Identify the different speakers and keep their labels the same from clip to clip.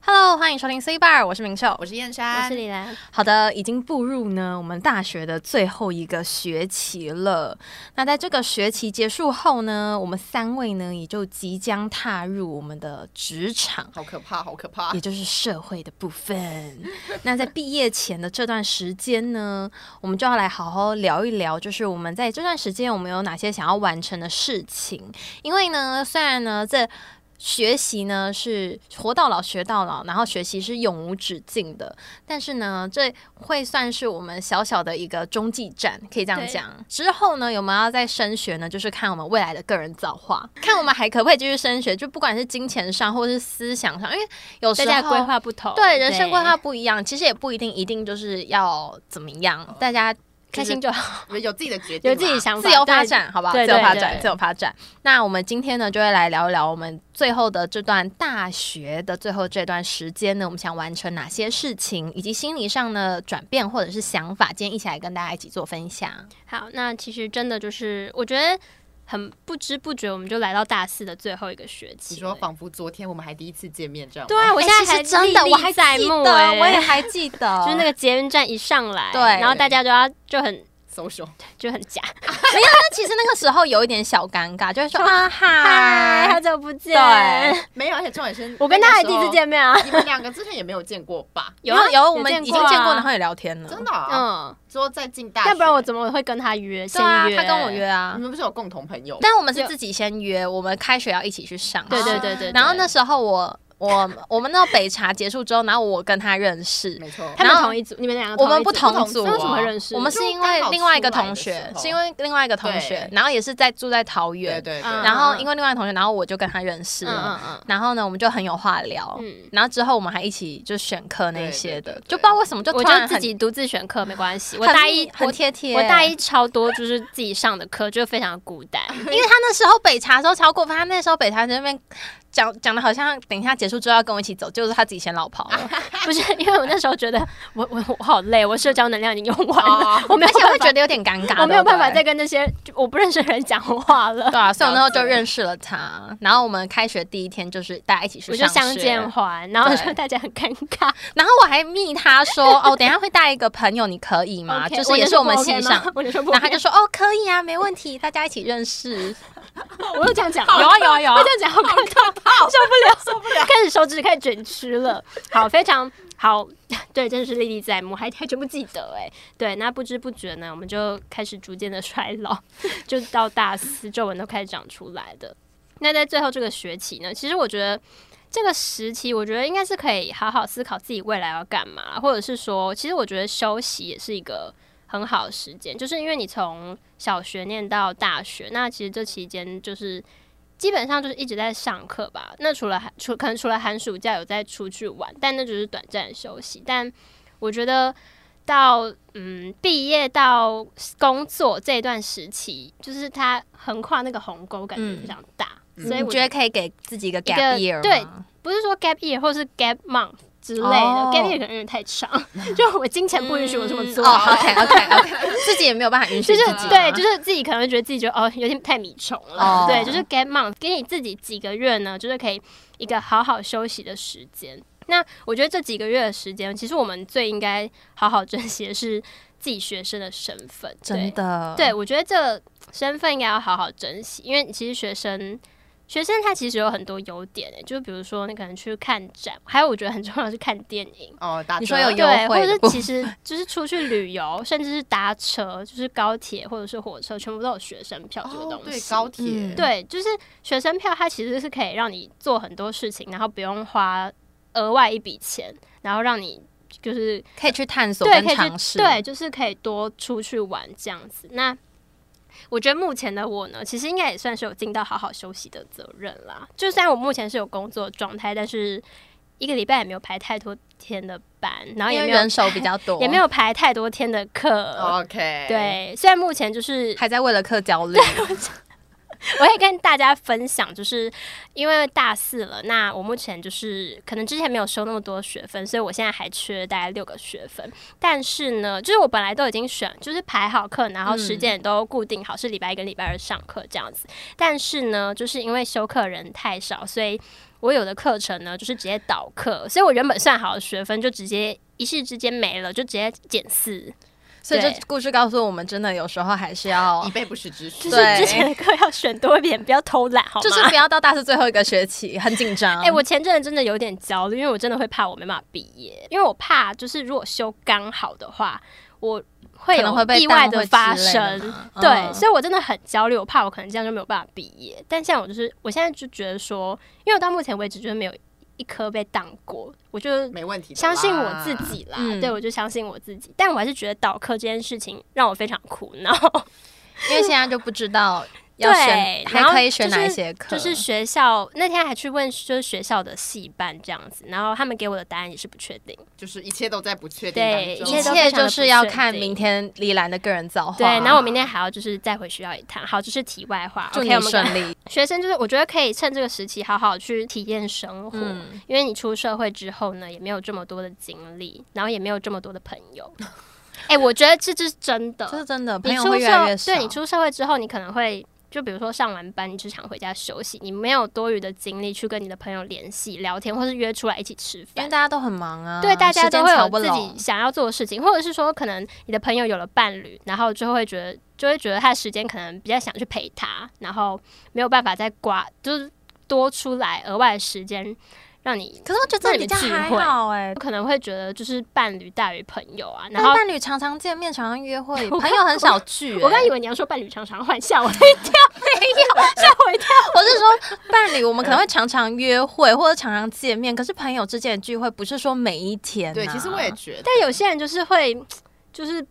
Speaker 1: Hello，欢迎收听 C Bar，我是明秀，
Speaker 2: 我是燕山，
Speaker 3: 我是李兰。
Speaker 1: 好的，已经步入呢我们大学的最后一个学期了。那在这个学期结束后呢，我们三位呢也就即将踏入我们的职场，
Speaker 2: 好可怕，好可怕，
Speaker 1: 也就是社会的部分。那在毕业前的这段时间呢，我们就要来好好聊一聊，就是我们在这段时间我们有哪些想要完成的事情。因为呢，虽然呢这学习呢是活到老学到老，然后学习是永无止境的。但是呢，这会算是我们小小的一个中继站，可以这样讲。之后呢，有没有要再升学呢？就是看我们未来的个人造化，看我们还可不可以继续升学。就不管是金钱上或是思想上，因为有时
Speaker 3: 大
Speaker 1: 候
Speaker 3: 家规划不同，
Speaker 1: 对人生规划不一样，其实也不一定一定就是要怎么样，大家
Speaker 3: 哦开心就好，
Speaker 2: 有自己的决定，
Speaker 3: 有自己。想法，
Speaker 1: 自由发
Speaker 3: 对
Speaker 1: 展，好不好？自
Speaker 3: 对
Speaker 1: 由
Speaker 3: 对
Speaker 1: 发
Speaker 3: 对
Speaker 1: 展，自由发展。那我们今天呢，就会来聊一聊我们最后的这段大学的最后这段时间呢，我们想完成哪些事情，以及心理上的转变或者是想法。今天一起来跟大家一起做分享。
Speaker 3: 好，那其实真的就是，我觉得很不知不觉，我们就来到大四的最后一个学期
Speaker 2: 你
Speaker 3: 了。
Speaker 2: 说仿佛昨天我们还第一次见面这样吗，
Speaker 3: 对啊，我现在还
Speaker 1: 是哎真的，
Speaker 3: 历历
Speaker 1: 我还
Speaker 3: 在
Speaker 1: 记
Speaker 3: 目、
Speaker 1: 得，
Speaker 3: 欸，
Speaker 1: 我也还记得，
Speaker 3: 就是那个捷运站一上来，
Speaker 1: 对
Speaker 3: 然后大家就要就很
Speaker 2: social，
Speaker 3: 就很假，
Speaker 1: 没有。那其实那个时候有一点小尴尬，就是 说啊
Speaker 3: 嗨，好
Speaker 1: 嗨，
Speaker 3: 久不见，
Speaker 1: 对
Speaker 2: 没有，而且重点是
Speaker 3: 我跟他还第一
Speaker 2: 那个
Speaker 3: 次
Speaker 2: 时候，
Speaker 3: 见面啊，
Speaker 2: 你们两个之前也没有见过吧？
Speaker 3: 有啊
Speaker 1: 有有，我们
Speaker 3: 见
Speaker 1: 已经见过，
Speaker 3: 啊
Speaker 1: 然后也聊天了，
Speaker 2: 真的啊，
Speaker 3: 嗯，
Speaker 2: 说在进大学，
Speaker 3: 要不然我怎么会跟他约？
Speaker 1: 对
Speaker 3: 先
Speaker 1: 啊，
Speaker 3: 约，嗯
Speaker 1: 他跟我约。啊
Speaker 2: 你，们不是有共同朋友？
Speaker 1: 但我们是
Speaker 3: 有
Speaker 1: 自己先约，我们开学要一起去上。
Speaker 3: 对对
Speaker 2: 啊
Speaker 3: 对对，
Speaker 1: 然后
Speaker 3: 对
Speaker 1: 那？时候我我我们那北茶结束之后，然后我跟他认识，
Speaker 2: 没错，
Speaker 3: 他
Speaker 1: 然
Speaker 3: 们
Speaker 1: 后
Speaker 3: 同一组，你们两个
Speaker 1: 我们
Speaker 3: 不
Speaker 1: 不
Speaker 3: 哦
Speaker 1: 同组
Speaker 3: 那
Speaker 1: 啊
Speaker 3: 为什么会认识？
Speaker 1: 我们
Speaker 2: 就是
Speaker 1: 因
Speaker 2: 刚
Speaker 1: 为
Speaker 2: 好
Speaker 1: 另外一个
Speaker 2: 出来
Speaker 1: 同
Speaker 2: 的
Speaker 1: 学
Speaker 2: 时，候
Speaker 1: 是因为另外一个同学
Speaker 2: 对，
Speaker 1: 然后也是在住在桃园
Speaker 2: 对，对
Speaker 3: 嗯
Speaker 2: 对，
Speaker 1: 然后因为另外一个同学，然后我就跟他认识
Speaker 3: 嗯
Speaker 1: 了，
Speaker 3: 嗯嗯
Speaker 1: 然后呢我们就很有话聊，
Speaker 3: 嗯，
Speaker 1: 然后之后我们还一起就选课那
Speaker 2: 对
Speaker 1: 些
Speaker 2: 对
Speaker 1: 的
Speaker 2: 对，
Speaker 1: 就
Speaker 2: 对
Speaker 1: 不知道为什么就突
Speaker 3: 我就
Speaker 1: 然
Speaker 3: 自
Speaker 1: 很
Speaker 3: 己独自选课，没关 系。我
Speaker 1: 很
Speaker 3: 大一
Speaker 1: 很
Speaker 3: 我
Speaker 1: 贴贴，
Speaker 3: 我大一超多就是自己上的课，就非常孤单。
Speaker 1: 因为他那时候北茶的时候超过分，他那时候北茶在那边讲讲的好像等一下结束之后要跟我一起走，就是他自己先老跑 了，
Speaker 3: 不是因为我那时候觉得我我我好累，我社交能量已经用完了，
Speaker 2: 哦
Speaker 3: 我没
Speaker 1: 而
Speaker 3: 有
Speaker 1: 且
Speaker 3: 办
Speaker 1: 会
Speaker 3: 法，
Speaker 1: 觉得有点尴尬，
Speaker 3: 我没有
Speaker 1: 对不对
Speaker 3: 办法再跟那些就我不认识的人讲话了，
Speaker 1: 对啊，所以我那时候就
Speaker 2: 了解
Speaker 1: 认识了他。然后我们开学第一天就是大家一起去
Speaker 3: 我就
Speaker 1: 上
Speaker 3: 相
Speaker 1: 学
Speaker 3: 见欢，然后
Speaker 1: 对
Speaker 3: 就大家很尴尬。
Speaker 1: 然后我还密他 说哦，等一下会带一个朋友，你可以吗
Speaker 3: OK，
Speaker 1: 就是也是我们系上。
Speaker 3: 我就说不
Speaker 1: 然后他
Speaker 3: OK
Speaker 1: 就
Speaker 3: 吗，
Speaker 1: 说哦，可以啊，没问题，大家一起认识。
Speaker 3: 我有这样讲，有啊有啊有啊，我这样讲好尴尬， 受不了受不了，开始手指开始卷曲了，好非常。好， 对，真的是历历在目，还还全部记得哎。对，那不知不觉呢，我们就开始逐渐的衰老， 就到大四，皱纹都开始长出来的。那在最后这个学期呢，其实我觉得这个时期，我觉得应该是可以好好思考自己未来要干嘛，或者是说，其实我觉得休息也是一个很好的时间，就是因为你从小学念到大学，那其实这期间就是基本上就是一直在上课吧。那除了寒除可能除了寒暑假有在出去玩，但那只是短暂的休息。但我觉得到嗯毕业到工作这一段时期，就是它横跨那个鸿沟，感觉
Speaker 1: 嗯
Speaker 3: 非常大。
Speaker 2: 嗯
Speaker 3: 所以
Speaker 1: 你
Speaker 3: 我
Speaker 1: 觉得可以给自己一个 gap
Speaker 3: 个
Speaker 1: year 吗
Speaker 3: 对不是说 gap year 或是 gap month 之类的、
Speaker 1: 哦
Speaker 3: g a p year 可能有点太 长，就我金钱不允许我这么做。
Speaker 1: 哦，OK OK OK，自己也没有办法允
Speaker 3: 就
Speaker 1: 许
Speaker 3: 是
Speaker 1: 自己。
Speaker 3: 对，就是自己可能会觉得自己觉得哦有点太米虫了，
Speaker 1: 哦
Speaker 3: 对，就是 get month 给你自己几个月呢，就是可以一个好好休息的时间。那我觉得这几个月的时间，其实我们最应该好好珍惜的是自己学生的身份，对
Speaker 1: 真的。
Speaker 3: 对，我觉得这身份应该要好好珍惜，因为其实学生。学生他其实有很多优点诶、就比如说你可能去看展，还有我觉得很重要的是看电影，
Speaker 2: 哦，打
Speaker 1: 你
Speaker 2: 折
Speaker 1: 说有
Speaker 3: 对，
Speaker 1: 优惠
Speaker 3: 或者
Speaker 1: 的部
Speaker 3: 是其实就是出去旅游，甚至是搭车，就是高铁或者是火车，全部都有学生票这个
Speaker 2: 哦，
Speaker 3: 东
Speaker 2: 对
Speaker 3: 西。
Speaker 2: 高铁，
Speaker 1: 嗯
Speaker 3: 对，就是学生票，它其实是可以让你做很多事情，然后不用花额外一笔钱，然后让你就是
Speaker 1: 可以去探索
Speaker 3: 对，
Speaker 1: 跟
Speaker 3: 可以
Speaker 1: 尝
Speaker 3: 去
Speaker 1: 试。
Speaker 3: 对，就是可以多出去玩这样子。那我觉得目前的我呢，其实应该也算是有尽到好好休息的责任啦。就虽然我目前是有工作的状态，但是一个礼拜也没有排太多天的班，然后
Speaker 1: 因
Speaker 3: 也
Speaker 1: 为
Speaker 3: 没有
Speaker 1: 人手比较多，哦
Speaker 3: 也没有排太多天的课。
Speaker 2: ，OK，，
Speaker 3: 对，虽然目前就是
Speaker 1: 还在为了课焦虑。
Speaker 3: 我也跟大家分享，就是因为大四了，那我目前就是可能之前没有修那么多学分，所以我现在还缺大概六个学分。但是呢，就是我本来都已经选，就是排好课，然后时
Speaker 1: 嗯
Speaker 3: 间也都固定好，是礼拜一跟礼拜二上课这样子。但是呢，就是因为修课人太少，所以我有的课程呢就是直接倒课，所以我原本算好的学分就直接一夕之间没了，就直接减四。
Speaker 1: 所以这
Speaker 3: 对
Speaker 1: 故事告诉我们，真的有时候还是要
Speaker 2: 以，备不时之需。
Speaker 3: 就是之前的课要选多一点，不要偷懒，好吗？
Speaker 1: 就是不要到大四最后一个学期很紧张。
Speaker 3: 哎、我前阵子真的有点焦虑，因为我真的会怕我没办法毕业，因为我怕就是如果修刚好的话，我会
Speaker 1: 可能会
Speaker 3: 有
Speaker 1: 被
Speaker 3: 意
Speaker 1: 耽
Speaker 3: 外
Speaker 1: 误
Speaker 3: 的
Speaker 1: 之
Speaker 3: 发
Speaker 1: 类
Speaker 3: 生
Speaker 1: 的。嘛
Speaker 3: 对，
Speaker 1: 嗯
Speaker 3: 所以我真的很焦虑，我怕我可能这样就没有办法毕业。但现在我就是，我现在就觉得说，因为我到目前为止就是没有一科被当过，我就
Speaker 2: 没问题，
Speaker 3: 相信我自。己啦。
Speaker 1: 嗯
Speaker 3: 对，我就相信我自己，但我还是觉得导课这件事情让我非常苦恼。
Speaker 1: 因为现在就不知道要选，
Speaker 3: 对
Speaker 1: 还
Speaker 3: 然后
Speaker 1: 可以选
Speaker 3: 就是
Speaker 1: 哪一些课，
Speaker 3: 就是学校那天还去问，就是学校的系办这样子，然后他们给我的答案也是不确定。
Speaker 2: 就是一切都在不确定
Speaker 3: 对
Speaker 2: 当
Speaker 1: 一
Speaker 3: 一切都
Speaker 2: 中。
Speaker 1: 切就是要看明天李兰的个人造化。
Speaker 3: 对，然后我明天还要就是再回学校一趟。好，这、是题外话。
Speaker 1: 祝
Speaker 3: OK，
Speaker 1: 你
Speaker 3: 我们
Speaker 1: 顺 利。
Speaker 3: 学生就是我觉得可以趁这个时期好好去体验生活，
Speaker 1: 嗯
Speaker 3: 因为你出社会之后呢，也没有这么多的经历，然后也没有这么多的朋友。 哎、我觉得这这是真的，
Speaker 1: 这是真的，朋
Speaker 3: 你
Speaker 1: 友
Speaker 3: 出
Speaker 1: 会越来越
Speaker 3: 社
Speaker 1: 少。
Speaker 3: 对你出社会之后，你可能会就比如说上完班，你只想回家休息，你没有多余的精力去跟你的朋友联系、聊天，或是约出来一起吃
Speaker 1: 因为
Speaker 3: 饭。
Speaker 1: 大家都很忙啊，
Speaker 3: 对，大家
Speaker 1: 时间
Speaker 3: 都会
Speaker 1: 瞧不
Speaker 3: 有自
Speaker 1: 拢
Speaker 3: 己想要做的事情，或者是说，可能你的朋友有了伴侣，然后就会觉得，就会觉得他的时间可能比较想去陪他，然后没有办法再刮，就是多出来额外的时间让你，
Speaker 1: 可是我觉得这
Speaker 3: 那
Speaker 1: 比
Speaker 3: 你
Speaker 1: 较
Speaker 3: 聚
Speaker 1: 还
Speaker 3: 会
Speaker 1: 好哎、
Speaker 3: 可能会觉得就是伴侣大于朋友啊。然
Speaker 1: 但
Speaker 3: 后
Speaker 1: 伴侣常常见面，常常约 会，朋友很少聚、
Speaker 3: 我刚
Speaker 1: 哎
Speaker 3: 以为你要说伴侣常常换，吓我一跳， 没有吓我一跳。
Speaker 1: 我是说伴侣，我们可
Speaker 3: 嗯
Speaker 1: 能会常常约会或者常常见面，可是朋友之间的聚会不是说每一天、啊
Speaker 2: 对，其实我也。觉得，
Speaker 3: 啊但有些人就是会，就是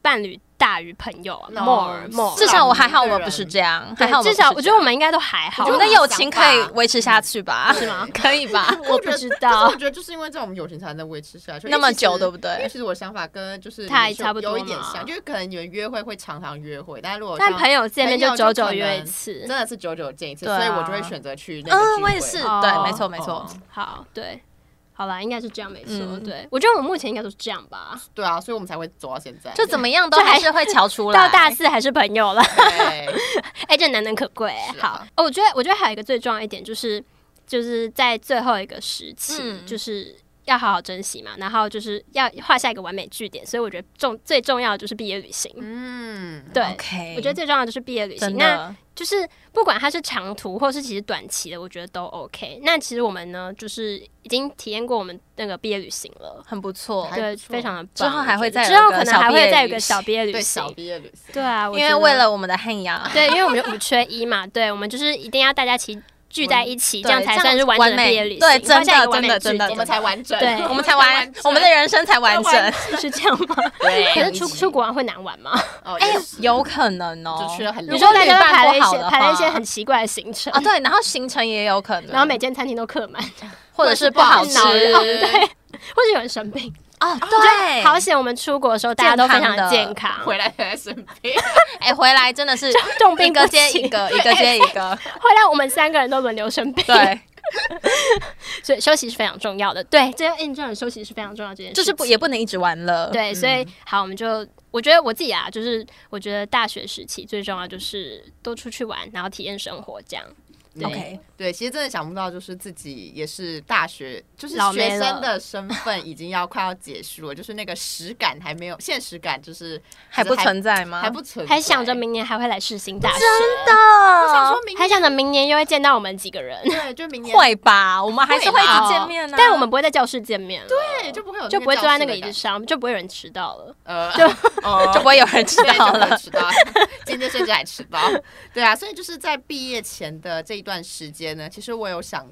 Speaker 3: 伴侣大于朋友啊
Speaker 2: No，
Speaker 3: ，more more。
Speaker 1: 至少我还好，
Speaker 2: 一个
Speaker 1: 我
Speaker 2: 人
Speaker 1: 们不是这样，
Speaker 3: 对
Speaker 1: 还好们
Speaker 3: 至
Speaker 1: 不是
Speaker 3: 少
Speaker 1: 这
Speaker 3: 我觉得
Speaker 1: 样
Speaker 3: 我们应该都还好嗯
Speaker 1: 我。们
Speaker 2: 我
Speaker 1: 的
Speaker 2: 们
Speaker 1: 友
Speaker 2: 想
Speaker 1: 情
Speaker 2: 法
Speaker 1: 可以维持下去吧？是吗？ 可以吧？
Speaker 3: 我不知
Speaker 2: 但
Speaker 3: 道
Speaker 2: 是我，觉得就是因为这种友情才能维持下去
Speaker 1: 那么久，对不
Speaker 2: 的。因为
Speaker 1: 对？
Speaker 2: 其实我想法跟就是
Speaker 3: 太
Speaker 2: 你说
Speaker 3: 差不多
Speaker 2: 有一点
Speaker 3: 嘛
Speaker 2: 像，就是可能你们约会会常常约会，但如果
Speaker 3: 但
Speaker 2: 像
Speaker 3: 朋友见面就
Speaker 2: 朋友
Speaker 3: 久
Speaker 2: 就
Speaker 3: 久
Speaker 2: 可
Speaker 3: 约一
Speaker 2: 能
Speaker 3: 次
Speaker 2: 真。的是久久见一次，
Speaker 1: 对啊
Speaker 2: 所以我就会选择去那个聚
Speaker 1: 嗯，
Speaker 2: 会
Speaker 1: 我也是，
Speaker 3: 哦
Speaker 1: 对，没错，没错
Speaker 2: 哦。
Speaker 3: 好，对，好啦，应该是这样没错。
Speaker 1: 嗯
Speaker 3: 对，我觉得我目前应该都是这样吧。
Speaker 2: 对啊，所以我们才会走到现在。
Speaker 1: 就怎么样都
Speaker 3: 这还
Speaker 1: 还是 会瞧出来。
Speaker 3: 到大四还是朋友了，
Speaker 2: 对，
Speaker 3: 哎，这难能可贵。
Speaker 2: 是啊
Speaker 3: 好，哦我觉得，我觉得还有一个最重要一点就是，就是在最后一个时期，
Speaker 1: 嗯
Speaker 3: 就是。要好好珍惜嘛，然后就是要画下一个完美句点，所以我觉得重最重要的就是毕业旅行。
Speaker 2: 嗯，
Speaker 3: 对
Speaker 1: OK，
Speaker 3: 我觉得最重要的就是毕业旅行。
Speaker 1: 真
Speaker 3: 那
Speaker 1: 的
Speaker 3: 就是不管它是长途或是其实短期的，我觉得都 OK。那其实我们呢，就是已经体验过我们那个毕业旅行了，
Speaker 1: 很不错。
Speaker 2: 还
Speaker 3: 对，
Speaker 2: 不错
Speaker 3: 非常的
Speaker 1: 之
Speaker 3: 棒。
Speaker 1: 后还会
Speaker 3: 我觉得
Speaker 1: 再有
Speaker 3: 之后
Speaker 1: 一个
Speaker 3: 可能
Speaker 1: 小
Speaker 3: 还
Speaker 1: 毕业
Speaker 3: 会再有
Speaker 1: 旅
Speaker 3: 一个
Speaker 1: 行
Speaker 3: 小毕业旅
Speaker 2: 对，小
Speaker 3: 行。
Speaker 2: 毕业旅行，
Speaker 3: 对啊，我
Speaker 1: 因为
Speaker 3: 觉得
Speaker 1: 为了我们的汉 阳，
Speaker 3: 对，因为我们就五缺一嘛，对，我们就是一定要大家 齐聚在一起，
Speaker 1: 对
Speaker 3: 这样才
Speaker 1: 这样
Speaker 3: 算是完整的
Speaker 1: 完美
Speaker 3: 毕业旅行，
Speaker 1: 对真的
Speaker 3: 画下一个
Speaker 1: 真
Speaker 3: 完美
Speaker 1: 的
Speaker 3: 句
Speaker 1: 真的
Speaker 2: 我
Speaker 3: 点
Speaker 2: 们才完整，
Speaker 3: 对
Speaker 1: 我们才完，我们的人生才 完整。
Speaker 3: 是这样 吗？
Speaker 2: 对。
Speaker 3: 可是出出国玩会难玩吗？
Speaker 2: 哦，
Speaker 1: 哎
Speaker 2: 也是，
Speaker 1: 有可能哦。
Speaker 2: 就去了很
Speaker 1: 如
Speaker 3: 你
Speaker 2: 多
Speaker 1: 果
Speaker 3: 说
Speaker 1: 旅
Speaker 3: 大家
Speaker 1: 伴
Speaker 3: 都排了
Speaker 1: 不
Speaker 3: 一
Speaker 1: 好
Speaker 3: 些
Speaker 1: 的
Speaker 3: 排了一些
Speaker 1: 话
Speaker 3: 很奇怪的行程
Speaker 1: 啊，，对，然后行程也有可能，
Speaker 3: 然后每间餐厅都客满，
Speaker 1: 或者是不好吃
Speaker 3: 或者是
Speaker 2: 脑
Speaker 3: 对，或者有人生病。
Speaker 1: 哦，对，
Speaker 3: 好险，我们出国的时候大家都非常的健康，
Speaker 2: 回来才生病，
Speaker 1: 哎，回来真的是
Speaker 3: 重
Speaker 1: 一
Speaker 3: 病
Speaker 1: 个
Speaker 3: 不
Speaker 1: 接
Speaker 3: 起，
Speaker 1: 一个，一个接一 个，
Speaker 3: 回来我们三个人都轮流生病，，
Speaker 1: 对，
Speaker 3: 所以休息是非常重要的。对，这要印证了休息是非常重要的这件事
Speaker 1: 就
Speaker 3: 情，
Speaker 1: 是不也不嗯能一直玩乐，，
Speaker 3: 对，所以好，我们就我觉得我自己啊，就是我觉得大学时期最重要就是多出去玩，然后体验生活这样。对
Speaker 1: OK
Speaker 2: 对，其实真的想不到，就是自己也是大学，就是
Speaker 3: 老
Speaker 2: 学
Speaker 3: 妹了
Speaker 2: 生的身份已经要快要结束了，就是那个实感还没有，现实感就是
Speaker 1: 还不存在吗？
Speaker 2: 还不存在，
Speaker 3: 还想着明年还会来世新大学，
Speaker 2: 我想
Speaker 1: 的
Speaker 2: 说明
Speaker 3: 还想着明年又会见到我们几个人，
Speaker 2: 对，就明年
Speaker 1: 会吧？我 们还是会一直见面呢，啊
Speaker 3: 但我们不会在教室见面了，
Speaker 2: 对就不会有
Speaker 3: 就不会坐在那个椅
Speaker 2: 教
Speaker 3: 子
Speaker 2: 室
Speaker 3: 上，就不会有人迟到 了。
Speaker 2: 的感
Speaker 3: 就
Speaker 2: 觉， 呃，
Speaker 1: 就不会有人知道
Speaker 2: 对就不会
Speaker 1: 了。
Speaker 2: 迟到， 今天甚至还迟到。对啊，所以就是在毕业前的这一段时间呢，其实我有想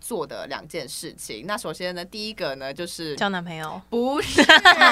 Speaker 2: 做的两件事情。那首先呢，第一个呢就是
Speaker 1: 交男朋友，
Speaker 2: 不是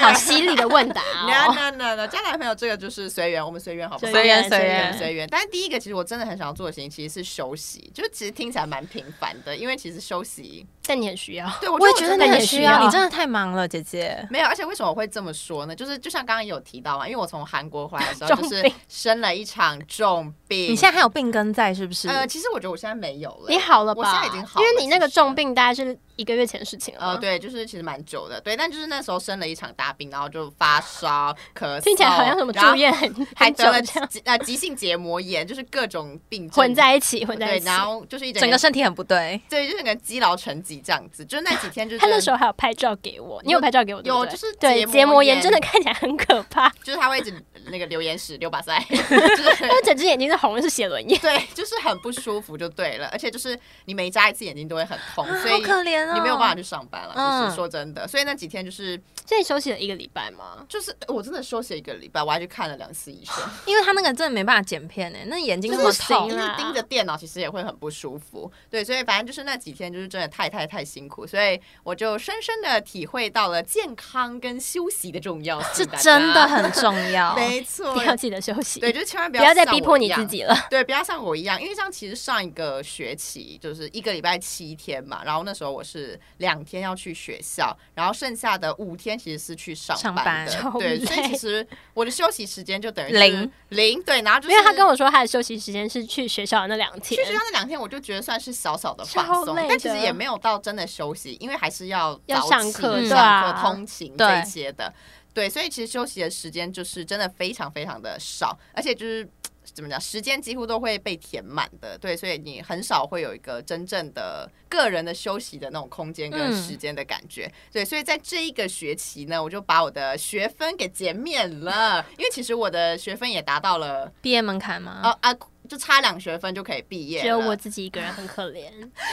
Speaker 3: 好犀利的问答
Speaker 2: no
Speaker 3: 哦。
Speaker 2: no no no，交男朋友这个就是随缘，我们随缘好不好？
Speaker 1: 随缘
Speaker 3: 随
Speaker 1: 随
Speaker 3: 缘
Speaker 1: 缘
Speaker 2: 随缘。但是第一个其实我真的很想要做的事情其实是休息，就是其实听起来蛮平凡的，因为其实休息，
Speaker 3: 但你很需要，
Speaker 2: 对我
Speaker 1: 我也
Speaker 2: 觉
Speaker 1: 觉得
Speaker 2: 得我真的
Speaker 1: 你
Speaker 3: 很
Speaker 1: 很
Speaker 3: 需
Speaker 1: 需
Speaker 3: 要
Speaker 1: 要，啊嗯你真的太忙了，姐姐。
Speaker 2: 没有，而且为什么我会这么说呢？就是就像刚刚有提到嘛，啊因为我从韩国回来的时 候，
Speaker 3: 重
Speaker 2: 就是
Speaker 3: 病
Speaker 2: 生了一场重病。
Speaker 1: 你现在还有病根在是不是？
Speaker 2: 呃，其实我觉得我现在没有了，
Speaker 3: 你好了吧？
Speaker 2: 我现在已经好了，
Speaker 3: 因为你那个
Speaker 2: 其实
Speaker 3: 重病大概是一个月前的事情了。
Speaker 2: 呃，，对，就是其实蛮久的，对，但就是那时候生了一场大病，然后就发烧、咳嗽，
Speaker 3: 听起来好像什么
Speaker 2: 然后
Speaker 3: 住院很
Speaker 2: 还
Speaker 3: 很久
Speaker 2: 得了
Speaker 3: 这样，
Speaker 2: 急呃急性结膜炎，就是各种病症
Speaker 3: 混在一起，混在
Speaker 2: 对
Speaker 3: 一，起。
Speaker 2: 然后就是一整
Speaker 1: 整个身体很不对。
Speaker 2: 对，就整个积劳成疾这样子，就是那几天就是
Speaker 3: 他那时候还有拍照给我，你有拍照给我对不
Speaker 2: 有
Speaker 3: 对
Speaker 2: 就是
Speaker 3: 对
Speaker 2: 结膜
Speaker 3: 结膜炎
Speaker 2: 炎
Speaker 3: 真的看起来很可怕，
Speaker 2: 就是他会一直那个留言室 溜把塞，就是
Speaker 3: 因为整只眼睛是红的，是写轮眼。
Speaker 2: 对，就是很不舒服就对了，而且就是你每眨一次眼睛都会很痛，所
Speaker 1: 好
Speaker 2: 以
Speaker 1: 可怜哦，
Speaker 2: 你没有办法去上班了。就是
Speaker 1: 嗯
Speaker 2: 说真的，所以那几天就是
Speaker 3: 所以你休息了一个礼拜吗？
Speaker 2: 就是我真的休息了一个礼拜，我还去看了两次医生，
Speaker 1: 因为他那个真的没办法剪片哎，那眼睛
Speaker 3: 就
Speaker 1: 那
Speaker 3: 是
Speaker 1: 么
Speaker 3: 行
Speaker 1: 痛
Speaker 2: 就，是
Speaker 3: 啦
Speaker 2: 盯着电脑其实也会很不舒服。对，所以反正就是那几天就是真的太太太辛苦，所以我就深深的体会到了健康跟休息的重要
Speaker 1: 这
Speaker 2: 性。大家
Speaker 1: 真的很重 要。
Speaker 2: 没错
Speaker 3: 哦你，要记得休息，
Speaker 2: 对，就是千万不
Speaker 3: 不
Speaker 2: 要
Speaker 3: 要再
Speaker 2: 像
Speaker 3: 逼
Speaker 2: 我
Speaker 3: 迫
Speaker 2: 一
Speaker 3: 你
Speaker 2: 样
Speaker 3: 自己了。
Speaker 2: 对，不要像我一样，因为像其实上一个学期就是一个礼拜七天嘛，然后那时候我是两天要去学校，然后剩下的五天其实是去上
Speaker 1: 上
Speaker 2: 班的，对，
Speaker 3: 班超
Speaker 2: 所以
Speaker 3: 累
Speaker 2: 其实我的休息时间就等于是
Speaker 1: 零
Speaker 2: 零，对，然后就是
Speaker 3: 因为他跟我说他的休息时间是去学校的那两
Speaker 2: 去
Speaker 3: 天，
Speaker 2: 学校那两天，我就觉得算是小小的
Speaker 3: 超
Speaker 2: 放松
Speaker 3: 累，
Speaker 2: 但其实
Speaker 3: 的
Speaker 2: 也没有到真的休息，因为还是要
Speaker 3: 要
Speaker 2: 早
Speaker 3: 上
Speaker 2: 起
Speaker 3: 课
Speaker 1: 对
Speaker 2: 上
Speaker 3: 啊
Speaker 2: 课、通勤
Speaker 1: 对
Speaker 2: 这些的。对，所以其实休息的时间就是真的非常非常的少，而且就是怎么讲，时间几乎都会被填满的。对，所以你很少会有一个真正的个人的休息的那种空间跟
Speaker 1: 嗯
Speaker 2: 时间的感觉。对，所以在这一个学期呢，我就把我的学分给减免了，因为其实我的学分也达到了
Speaker 1: 毕业门槛吗？
Speaker 2: 啊啊，就差两学分就可以毕业了。
Speaker 3: 嗯只有我自己一个人很可怜，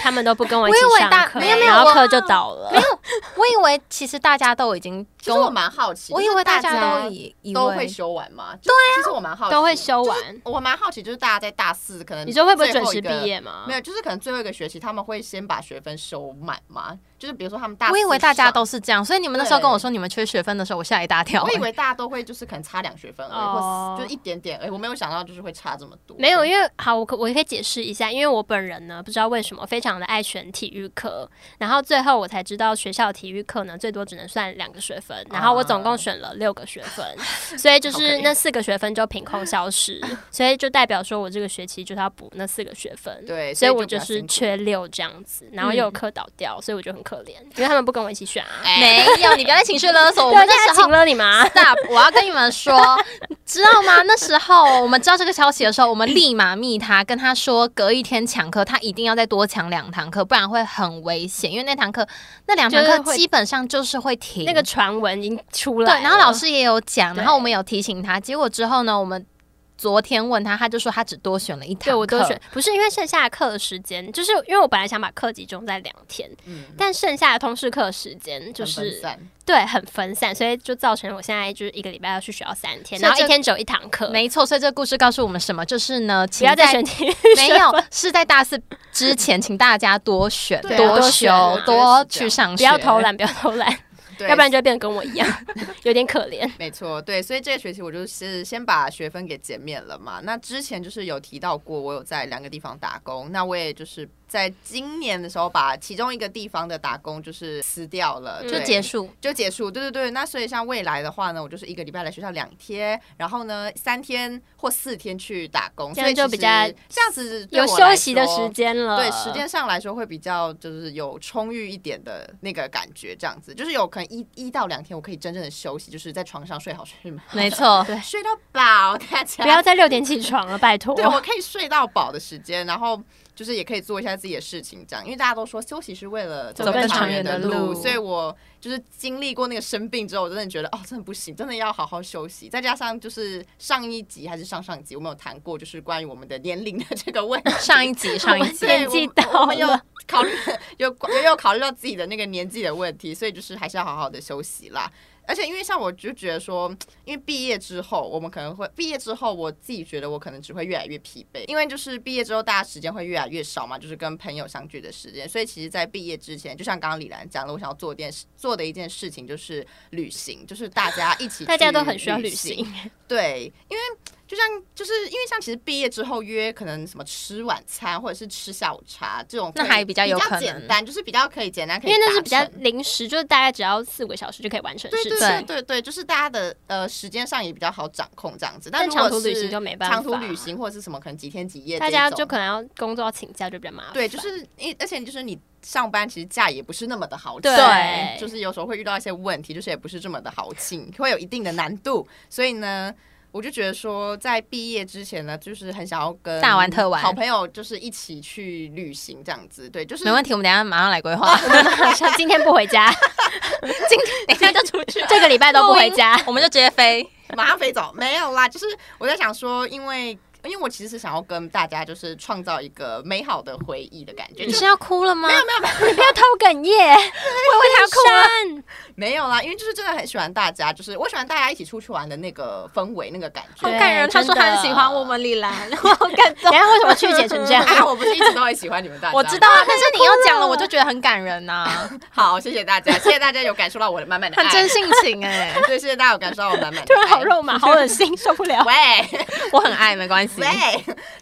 Speaker 3: 他们都不跟我一
Speaker 1: 我
Speaker 3: 起
Speaker 1: 以为
Speaker 3: 上
Speaker 1: 大
Speaker 3: 课，
Speaker 1: 没有没有
Speaker 3: 然后
Speaker 1: 我
Speaker 3: 课就倒了。
Speaker 1: 我以为其实大家都已经
Speaker 2: 其
Speaker 1: 跟
Speaker 2: 实我蛮好奇，
Speaker 1: 我以
Speaker 2: 就是
Speaker 1: 为
Speaker 2: 大
Speaker 1: 大家都以以
Speaker 2: 都会
Speaker 1: 为
Speaker 2: 修完嘛？对啊，其实我蛮好奇，
Speaker 3: 都会修完。
Speaker 2: 我蛮好奇，就是大家在大四可能
Speaker 3: 你说会不会
Speaker 2: 最
Speaker 3: 准
Speaker 2: 后
Speaker 3: 时
Speaker 2: 一
Speaker 3: 毕
Speaker 2: 个？
Speaker 3: 业啊吗？
Speaker 2: 没有，就是可能最后一个学期他们会先把学分修满吗？就是比如说他们大，
Speaker 1: 我以为大家，都是这样，所以你们那时候
Speaker 2: 对
Speaker 1: 跟我说你们缺学分的时候，我吓一大跳。
Speaker 2: 我 以为大家都会就是可能差两学分而已，
Speaker 3: 欸哦
Speaker 2: 或是就一点点而已，我没有想到就是会差这么多。
Speaker 3: 没有，因为好，我可我可以解释一下，因为我本人呢，不知道为什么非常的爱选体育课，然后最后我才知道学校体育课呢最多只能算两个学分，然后我总共选了六个学分，所以就
Speaker 2: 啊好可
Speaker 3: 是
Speaker 2: 怜
Speaker 3: 那四个学分就凭空消失，所以就代表说我这个学期就是要补那四个学分，
Speaker 2: 对所
Speaker 3: 所以
Speaker 2: 以就
Speaker 3: 我就
Speaker 2: 比较
Speaker 3: 是
Speaker 2: 辛苦嗯
Speaker 3: 缺六这样子，然后又有课倒掉，所以我就很可怜，因为他们不跟我一起选啊，
Speaker 2: 哎
Speaker 1: 没有，你不要再情绪勒索。我
Speaker 3: 对
Speaker 1: 们
Speaker 3: 啊，
Speaker 1: 那
Speaker 3: 那
Speaker 1: 时
Speaker 3: 请
Speaker 1: 候
Speaker 3: 了你吗？
Speaker 1: stop，我要跟你们说，知道吗？那时候我们知道这个消息的时候，我们立马密他，跟他说隔一天抢课，他一定要再多抢两堂课，不然会很危险。因为那堂课那两堂
Speaker 3: 就是
Speaker 1: 课
Speaker 3: 会
Speaker 1: 基本上就是会停
Speaker 3: 那个传闻已经出来了，
Speaker 1: 对，然后老师也有讲，
Speaker 3: 对
Speaker 1: 然后我们有提醒他，结果之后呢，我们昨天问他，他就说他只多选了一堂
Speaker 3: 对我都
Speaker 1: 课
Speaker 3: 选，不是因为剩下的课的时间，就是因为我本来想把课集中在两天，
Speaker 2: 嗯，
Speaker 3: 但剩下的通识课的时间就
Speaker 2: 很分
Speaker 3: 是
Speaker 2: 散
Speaker 3: 对很分散，所以就造成我现在就是一个礼拜要去学校三天，
Speaker 1: 所以
Speaker 3: 然后一
Speaker 1: 这
Speaker 3: 天只有一堂课，
Speaker 1: 没错，所以这个故事告诉我们什么？就是呢，
Speaker 3: 不
Speaker 1: 请
Speaker 3: 要再
Speaker 1: 在
Speaker 3: 选体育
Speaker 1: 没
Speaker 3: 生
Speaker 1: 有，是在大四之前，请大家多选、
Speaker 2: 对啊
Speaker 1: 多
Speaker 3: 多选啊
Speaker 1: 修、多去上
Speaker 3: 不
Speaker 1: 学，
Speaker 3: 要偷。懒，不要偷懒，
Speaker 2: 对
Speaker 3: 要不然就会变得跟我一样， 有点可怜。
Speaker 2: 没错，对，所以这个学期我就是先把学分给减免了嘛。那之前就是有提到过，我有在两个地方打工，那我也就是在今年的时候把其中一个地方的打工就是辞掉了，
Speaker 3: 嗯
Speaker 1: 就
Speaker 2: 对
Speaker 1: 结 束，
Speaker 2: 就结束，对对对。那所以像未来的话呢，我就是一个礼拜来学校两天，然后呢三天或四天去打工，
Speaker 3: 这
Speaker 2: 所
Speaker 3: 样
Speaker 2: 以
Speaker 3: 就
Speaker 2: 其实
Speaker 3: 比较
Speaker 2: 这样子对
Speaker 3: 有
Speaker 2: 我来
Speaker 3: 休息的
Speaker 2: 说
Speaker 3: 时间了，
Speaker 2: 对，时间上来说会比较就是有充裕一点的那个感觉，这样子就是有可能一一到两天我可以真正的休息，就是在床上睡好睡满，
Speaker 1: 没错。
Speaker 2: 睡到饱，大家
Speaker 3: 不要再六点起床了，拜托。
Speaker 2: 对我可以睡到饱的时间，然后就是也可以做一下自己的事情，这样，因为大家都说休息是为了
Speaker 3: 走
Speaker 2: 走
Speaker 3: 更
Speaker 2: 更
Speaker 3: 长
Speaker 2: 长
Speaker 3: 远
Speaker 2: 远
Speaker 3: 的
Speaker 2: 的路，
Speaker 1: 路
Speaker 2: 所以我就是经历过那个生病之后，我真的觉得哦，真的不行，真的要好好休息。再加上就是上一集还是上上集，我们有谈过，就是关于我们的年龄的这个问题，
Speaker 1: 上一集，上一 集，
Speaker 2: 对
Speaker 3: 年
Speaker 2: 我
Speaker 3: 纪
Speaker 2: 们我们
Speaker 3: 到了
Speaker 2: 有考虑，有有有考虑到自己的那个年纪的问题，所以就是还是要好好的休息啦。而且因为像我就觉得说，因为毕业之后，我们可能会毕业之后，我自己觉得我可能只会越来越疲惫，因为就是毕业之后大家时间会越来越少嘛，就是跟朋友相聚的时间。所以其实，在毕业之前，就像刚刚李兰讲的，我想要做一件事，做的一件事情就是旅行，就是大家一起去
Speaker 3: 大家都很需要旅
Speaker 2: 行
Speaker 3: 行。，
Speaker 2: 对，因为就像就是因为像其实毕业之后约可能什么吃晚餐或者是吃下午茶这种可以，
Speaker 1: 那还比较有可能
Speaker 2: 简单，就是比较可以简单，可以
Speaker 3: 因为那是
Speaker 2: 达
Speaker 3: 比较
Speaker 2: 成
Speaker 3: 临时，就是大概只要四五个小时就可以完成的
Speaker 2: 对
Speaker 3: 事
Speaker 2: 对
Speaker 3: 情。
Speaker 2: 对对对，就是大家的呃时间上也比较好掌控这样子。但
Speaker 3: 但
Speaker 2: 如
Speaker 3: 长
Speaker 2: 果
Speaker 3: 途旅
Speaker 2: 是
Speaker 3: 行就没办
Speaker 2: 长途
Speaker 3: 法
Speaker 2: 旅行或者是什么可能几天几夜这
Speaker 3: 大
Speaker 2: 一种，
Speaker 3: 家就可能要工作要请假就比较麻烦。
Speaker 2: 对，就是因而且就是你上班其实假也不是那么的好请，
Speaker 3: 对
Speaker 2: 就是有时候会遇到一些问题，就是也不是这么的好请，会有一定的难度。所以呢，我就觉得说，在毕业之前呢，就是很想要跟
Speaker 1: 大玩特玩
Speaker 2: 好朋友就是一起去旅行这样子。对，就是
Speaker 1: 没问题，我们等一下马上来规 划，
Speaker 3: 像今天不回家，
Speaker 1: 今天等一下就出去，
Speaker 3: 这个礼拜都不回家。
Speaker 1: 我们就直接飞。
Speaker 2: 马上飞走，没有啦，就是我在想说，因为。因为我其实是想要跟大家就是创造一个美好的回忆的感觉，
Speaker 1: 你
Speaker 2: 就是
Speaker 1: 要哭了吗？
Speaker 3: 你不要偷哽咽，我以为
Speaker 2: 没有啦，因为就是真的很喜欢大家，就是我喜欢大家一起出去玩的那个氛围、那个感觉。
Speaker 1: 好感人，
Speaker 3: 对
Speaker 1: 他说他
Speaker 3: 真的
Speaker 1: 很喜欢我们李兰， 我好感
Speaker 3: 他哭
Speaker 1: 动。
Speaker 3: 了。然后为什么 曲解成这样？
Speaker 2: 啊，我不是一直都很喜欢你 们大家。
Speaker 1: 我知道。啊，但是你又讲
Speaker 3: 哭了
Speaker 1: 了，我就觉得很感人啊 呐，
Speaker 2: 好，谢谢大家，谢谢大家有感受到我的满满的
Speaker 1: 很
Speaker 2: 爱。
Speaker 1: 真性情
Speaker 3: 欸
Speaker 1: 哎，
Speaker 2: 对，谢谢大家有感受到我满满的爱。
Speaker 3: 突然好肉麻，好恶心，受不了。
Speaker 2: 喂
Speaker 1: 我很爱，没关系。
Speaker 2: 喂，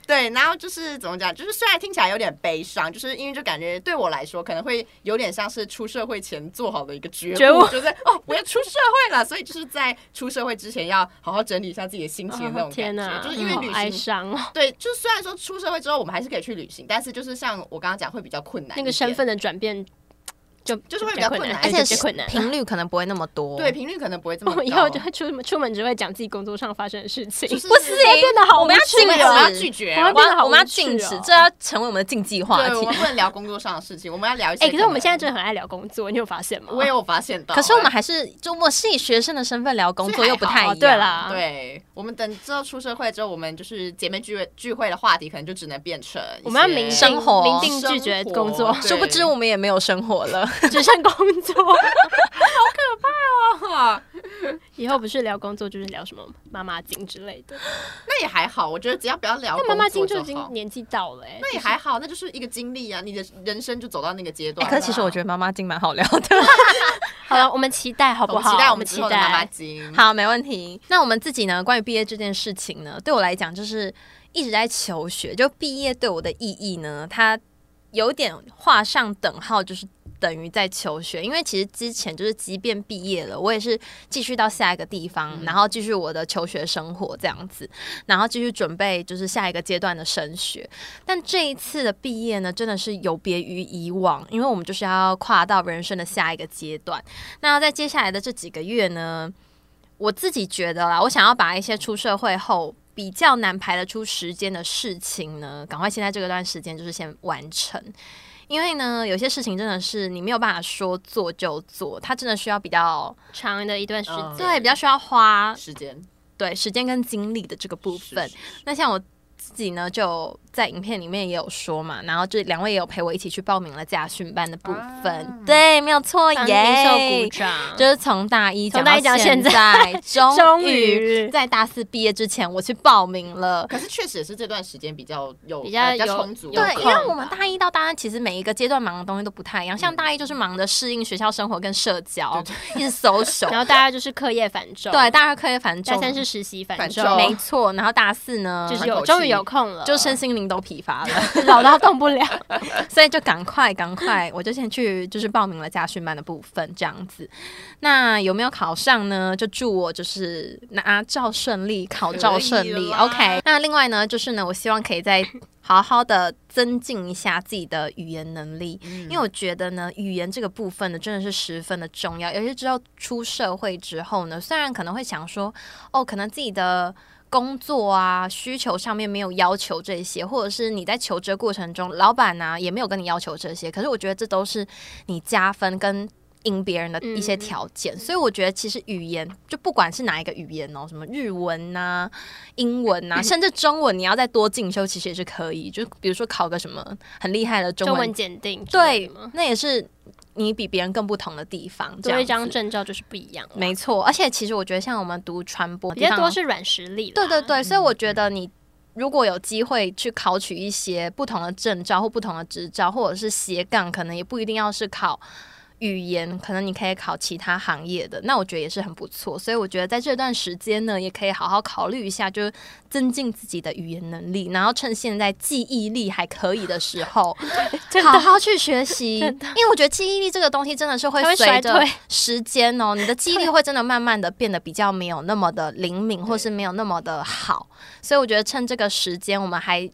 Speaker 2: 对，然后就是怎么讲，就是虽然听起来有点悲伤，就是因为就感觉对我来说可能会有点像是出社会前做好的一个觉悟，
Speaker 3: 觉悟
Speaker 2: 就是哦，我要出社会了，所以就是在出社会之前要好好整理一下自己的心情的那种感
Speaker 3: 啊天
Speaker 2: 觉，
Speaker 3: 哪，
Speaker 2: 就是因为
Speaker 3: 好
Speaker 2: 旅
Speaker 3: 哀
Speaker 2: 行
Speaker 3: 伤哦，
Speaker 2: 对，就虽然说出社会之后我们还是可以去旅行，但是就是像我刚刚讲会比较困难一
Speaker 3: 那
Speaker 2: 点，
Speaker 3: 个身份的转变就
Speaker 2: 就是会比
Speaker 3: 比
Speaker 2: 较
Speaker 3: 较
Speaker 2: 困难
Speaker 3: 难，
Speaker 1: 而
Speaker 3: 对
Speaker 1: 且
Speaker 3: 就是困难。
Speaker 1: 频率可能不会那么多。
Speaker 2: 对，频率可能不会这么
Speaker 3: 我
Speaker 2: 高。啊
Speaker 3: 以后就会出门出门只会讲自己工作上发生的事情，
Speaker 2: 就是
Speaker 1: 不是耶
Speaker 3: 变得好
Speaker 1: 我们要
Speaker 3: 无趣
Speaker 1: 禁止，
Speaker 3: 哦
Speaker 2: 我要拒绝
Speaker 3: 我
Speaker 2: 哦。
Speaker 3: 要
Speaker 1: 我
Speaker 3: 变得
Speaker 1: 要
Speaker 3: 好
Speaker 1: 我们要
Speaker 3: 无趣
Speaker 1: 禁止
Speaker 3: 哦，
Speaker 1: 这要成为我们的禁忌话
Speaker 2: 对，我
Speaker 1: 题
Speaker 2: 们。不能聊工作上的事情，我们要聊一些。
Speaker 3: 哎、可是我们现在真的很爱聊工作，你有发现吗？哎
Speaker 2: 我也有发现到，
Speaker 1: 可是我们还是，就我是以学生的身份聊工作，
Speaker 2: 所以还
Speaker 1: 又不太一
Speaker 3: 哦
Speaker 1: 样。
Speaker 3: 对，啦，
Speaker 2: 对我们等之后出社会之后，我们就是姐妹聚会聚会的话题，可能就只能变成一
Speaker 3: 我们要
Speaker 2: 些
Speaker 3: 明
Speaker 1: 生
Speaker 3: 定
Speaker 1: 活
Speaker 3: 明定拒绝
Speaker 2: 生活
Speaker 3: 工作，
Speaker 2: 对
Speaker 1: 殊不知我们也没有生活了。
Speaker 3: 只剩工作。
Speaker 2: 啊
Speaker 3: 以后不是聊工作，就是聊什么妈妈经之类的。
Speaker 2: 那也还好，我觉得只要不要聊
Speaker 3: 但
Speaker 2: 工
Speaker 3: 妈
Speaker 2: 作
Speaker 3: 妈经
Speaker 2: 就
Speaker 3: 就已经
Speaker 2: 好
Speaker 3: 年纪到了、欸，
Speaker 2: 那也还好，那就是一个经历啊，你的人生就走到那个阶
Speaker 3: 哎
Speaker 2: 段
Speaker 1: 哎
Speaker 2: 了啊。
Speaker 1: 可是其实我觉得妈妈经蛮好聊的。
Speaker 3: 好了，我们期待好不
Speaker 2: 我
Speaker 3: 好？
Speaker 2: 们期待我
Speaker 3: 我
Speaker 2: 们
Speaker 3: 期
Speaker 2: 之后的妈妈
Speaker 3: 待。
Speaker 2: 经。
Speaker 1: 好，没问题。那我们自己呢？关于毕业这件事情呢，对我来讲就是一直在求学。就毕业对我的意义呢，它有点画上等号，就是等于在求学。因为其实之前就是，即便毕业了，我也是继续到下一个地方，然后继续我的求学生活这样子，然后继续准备就是下一个阶段的升学。但这一次的毕业呢，真的是有别于以往，因为我们就是要跨到人生的下一个阶段。那在接下来的这几个月呢，我自己觉得啦，我想要把一些出社会后比较难排得出时间的事情呢，赶快现在这个段时间就是先完成。因为呢，有些事情真的是你没有办法说做就做，它真的需要比较
Speaker 3: 长的一段时间、
Speaker 2: 嗯
Speaker 1: 对比较需要花
Speaker 2: 时间
Speaker 1: 对时间跟精力的这个部分。那像我自己呢，就在影片里面也有说嘛，然后这两位也有陪我一起去报名了家训班的部分，
Speaker 2: 啊
Speaker 1: 对，没有错
Speaker 3: 当
Speaker 1: 耶，
Speaker 3: 受鼓掌。
Speaker 1: 就是从大一
Speaker 3: 从
Speaker 1: 讲
Speaker 3: 大
Speaker 1: 到
Speaker 3: 一讲到
Speaker 1: 现
Speaker 3: 现
Speaker 1: 在， 终
Speaker 3: 终
Speaker 1: 于
Speaker 3: 于
Speaker 1: 在大四毕业之前，我去报名了。
Speaker 2: 可是确实也是这段时间比较有
Speaker 3: 比较
Speaker 2: 呃比较
Speaker 3: 有
Speaker 2: 充足，
Speaker 3: 有
Speaker 1: 对，
Speaker 3: 空
Speaker 1: 因为我们大一到大二，其实每一个阶段忙的东西都不太一样。像大一就是忙着适应学校生活跟社交，一直 social。
Speaker 3: 然后大家就是课业繁重，
Speaker 1: 对，，大二课业繁重，
Speaker 3: 大三是实习繁
Speaker 2: 繁
Speaker 3: 重，
Speaker 2: 重
Speaker 1: 没错。然后大四呢，
Speaker 3: 就是
Speaker 2: 喘口
Speaker 3: 有
Speaker 2: 气
Speaker 3: 终于有空了，
Speaker 1: 就身心灵都疲乏了，
Speaker 3: 老到动不了。
Speaker 1: 所以就赶快赶快，我就先去就是报名了家训班的部分这样子。那有没有考上呢？就祝我就是拿照顺利，考照顺
Speaker 2: 可以
Speaker 1: 利。
Speaker 2: 啦
Speaker 1: OK。那另外呢，就是呢，我希望可以再好好的增进一下自己的语言能力，
Speaker 2: 嗯
Speaker 1: 因为我觉得呢，语言这个部分呢，真的是十分的重要。尤其之后出社会之后呢，虽然可能会想说，哦，可能自己的。工作啊，需求上面没有要求这些，或者是你在求啊职过程中，老板呢、也没有跟你要求这些。可是我觉得这都是你加分跟赢别人的一
Speaker 3: 嗯
Speaker 1: 些条件，所以我觉得其实语言就不管是哪一个语言哦，什么日文呐、英文 呐、甚至中文，你要再多进修，其实也是可以。就比如说考个什么很厉害的中
Speaker 3: 中
Speaker 1: 文，
Speaker 3: 文检定之类
Speaker 1: 对
Speaker 3: 的吗，
Speaker 1: 那也是你比别人更不同的地方。这
Speaker 3: 多
Speaker 1: 样
Speaker 3: 一张
Speaker 1: 子
Speaker 3: 证照就是不一样了，
Speaker 1: 没错，而且其实我觉得像我们读传播
Speaker 3: 啊比较
Speaker 1: 地方啊
Speaker 3: 多是软实力啦，
Speaker 1: 对对对，所以我觉得你如果有机会去考取一些不同的证照或不同的执照，或者是斜杠，可能也不一定要是考。语言可能你可以考其他行业的，那我觉得也是很不错。所以我觉得在这段时间呢，也可以好好考虑一下，就是增进自己的语言能力，然后趁现在记忆力还可以的时 候，好好去学习。因为我觉得记忆力这个东西真的是会
Speaker 3: 它会
Speaker 1: 随
Speaker 3: 衰
Speaker 1: 着
Speaker 3: 退
Speaker 1: 时间哦，你的记忆力会真的慢慢的变得比较没有那么的灵敏，或是没有那么的好。所以我觉得趁这个时间，我们还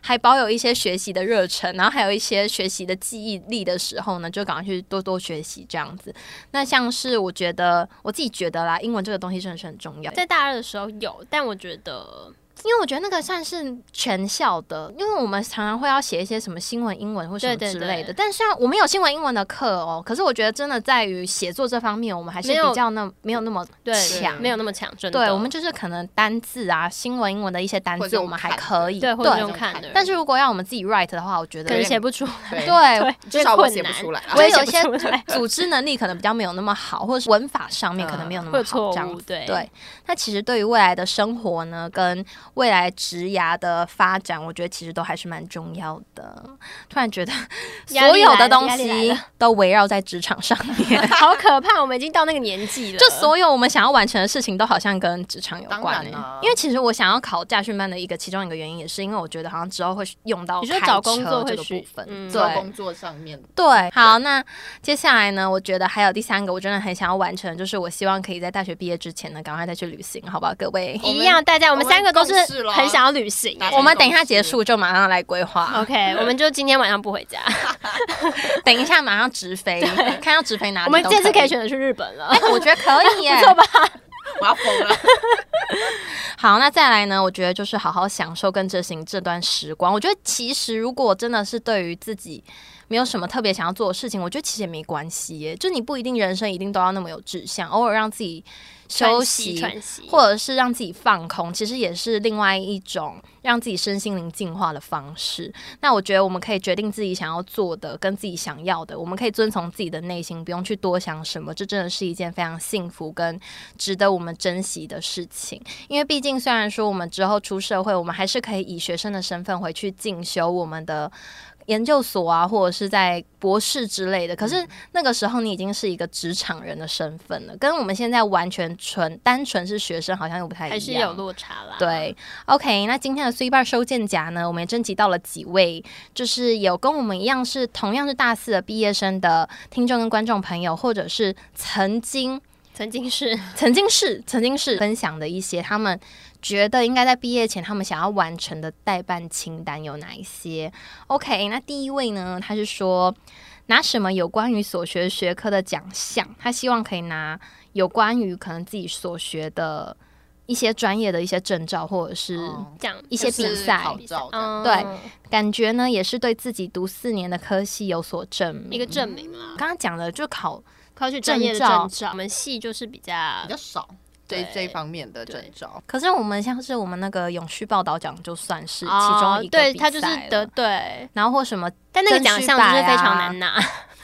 Speaker 1: 还保有一些学习的热忱，然后还有一些学习的记忆力的时候呢，就赶快去多多学习这样子。那像是我觉得我自己觉得啦，英文这个东西真的是很重要，
Speaker 3: 在大二的时候有，但我觉得
Speaker 1: 因为我觉得那个算是全校的，因为我们常常会要写一些什么新闻英文或什么
Speaker 3: 对对
Speaker 1: 之类的。
Speaker 3: 对
Speaker 1: 但虽然我们有新闻英文的课哦，可是我觉得真的在于写作这方面，我们还是
Speaker 3: 没有
Speaker 1: 比较那没有那么
Speaker 3: 对
Speaker 1: 强。
Speaker 3: 没有那么强，真的，
Speaker 1: 对，我们就是可能单字啊，新闻英文的一些单
Speaker 2: 或者
Speaker 1: 字，
Speaker 2: 用
Speaker 1: 我们还
Speaker 2: 看的
Speaker 1: 可以。
Speaker 3: 对或者用看的人，
Speaker 1: 但是如果要我们自己 write 的话，我觉得
Speaker 3: 可能写不出来，
Speaker 2: 对
Speaker 1: 对
Speaker 3: 对，
Speaker 2: 至少我
Speaker 3: 困
Speaker 2: 写不
Speaker 3: 难
Speaker 2: 出来啊
Speaker 3: 我也
Speaker 1: 就
Speaker 3: 写
Speaker 1: 有
Speaker 3: 不
Speaker 1: 些
Speaker 3: 出来，
Speaker 1: 组织能力可能比较没有那么好，或者是文法上面可能没有那
Speaker 3: 嗯会
Speaker 1: 么
Speaker 3: 有
Speaker 1: 嗯
Speaker 3: 错
Speaker 1: 好，这样
Speaker 3: 误，
Speaker 1: 子。
Speaker 3: 对
Speaker 1: 对，那其实对于未来的生活呢，跟未来职涯的发展，我觉得其实都还是蛮重要的。突然觉得
Speaker 3: 压力
Speaker 1: 所有
Speaker 3: 来
Speaker 1: 的
Speaker 3: 了
Speaker 1: 东
Speaker 3: 压力来
Speaker 1: 西
Speaker 3: 了
Speaker 1: 都围绕在职场上面，
Speaker 3: 好可怕，我们已经到那个年纪了，
Speaker 1: 就所有我们想要完成的事情都好像跟职场有
Speaker 2: 当
Speaker 1: 关、
Speaker 2: 然啦
Speaker 1: 欸。因为其实我想要考驾训班的一个其中一个原因，也是因为我觉得好像之后会用到
Speaker 3: 你说
Speaker 1: 开
Speaker 3: 找工
Speaker 1: 车
Speaker 3: 作
Speaker 1: 这
Speaker 3: 会
Speaker 1: 个
Speaker 3: 需
Speaker 1: 部分，
Speaker 3: 嗯
Speaker 2: 做
Speaker 1: 对
Speaker 2: 工作上面
Speaker 1: 对。好，那接下来呢，我觉得还有第三个，我真的很想要完成，就是我希望可以在大学毕业之前呢，赶快再去旅行，好不好，各位？
Speaker 3: 一样，大家我们
Speaker 2: 我们
Speaker 3: 三个都是
Speaker 2: 共事咯
Speaker 3: 很想要旅行
Speaker 2: 大家
Speaker 1: 我们等一下结束就马上来规划，
Speaker 3: ，OK，我们就今天晚上不回家，
Speaker 1: 等一下马上直飞，看要直飞哪里
Speaker 3: 我们
Speaker 1: 都
Speaker 3: 这次可
Speaker 1: 可
Speaker 3: 以。选择去日本了
Speaker 1: 哎。， 我觉得可以 耶，
Speaker 3: 错吧？
Speaker 2: 我要疯 了。
Speaker 1: 好，那再来呢？我觉得就是好好享受跟执行这段时光。我觉得其实如果真的是对于自己没有什么特别想要做的事情，我觉得其实也没关系耶。就你不一定人生一定都要那么有志向，偶尔让自己休息，
Speaker 3: 喘息，
Speaker 1: 或者是让自己放空，其实也是另外一种让自己身心灵净化的方式。那我觉得我们可以决定自己想要做的，跟自己想要的，我们可以遵从自己的内心，不用去多想什么。这真的是一件非常幸福跟值得我们珍惜的事情。因为毕竟，虽然说我们之后出社会，我们还是可以以学生的身份回去进修我们的。研究所啊，或者是在博士之类的，可
Speaker 3: 嗯
Speaker 1: 是那个时候你已经是一个职场人的身份了，跟我们现在完全纯单纯是学生好像又不太一样。
Speaker 3: 还是有落差啦。，
Speaker 1: 对，OK，那今天的 C 半收件夹呢，我们也征集到了几位，就是有跟我们一样是同样是大四的毕业生的听众跟观众朋友，或者是曾经
Speaker 3: 曾经是
Speaker 1: 曾经是曾经是分享的一些他们觉得应该在毕业前他们想要完成的代办清单有哪一些？OK，那第一位呢，他是说拿什么有关于所学学科的奖项，他希望可以拿有关于可能自己所学的一些专业的一些证照，或者
Speaker 3: 嗯
Speaker 1: 是
Speaker 2: 哦
Speaker 3: 这样
Speaker 1: 一些
Speaker 2: 就是
Speaker 1: 比赛
Speaker 2: 考照
Speaker 3: 嗯
Speaker 2: 这样，
Speaker 1: 对，感觉呢，也是对自己读四年的科系有所证明。
Speaker 3: 一个证明啦。
Speaker 1: 刚刚讲的就考
Speaker 3: 考取专业的证照，我们系就是比较
Speaker 2: 比较少这
Speaker 3: 对
Speaker 2: 这一方面的
Speaker 3: 对
Speaker 2: 证照。
Speaker 1: 可是我们像是我们那个永续报道奖，就算是其
Speaker 3: 哦
Speaker 1: 中一个、
Speaker 3: 对他就是得，对，
Speaker 1: 然后或什么
Speaker 3: 但那个奖项就是非常难拿，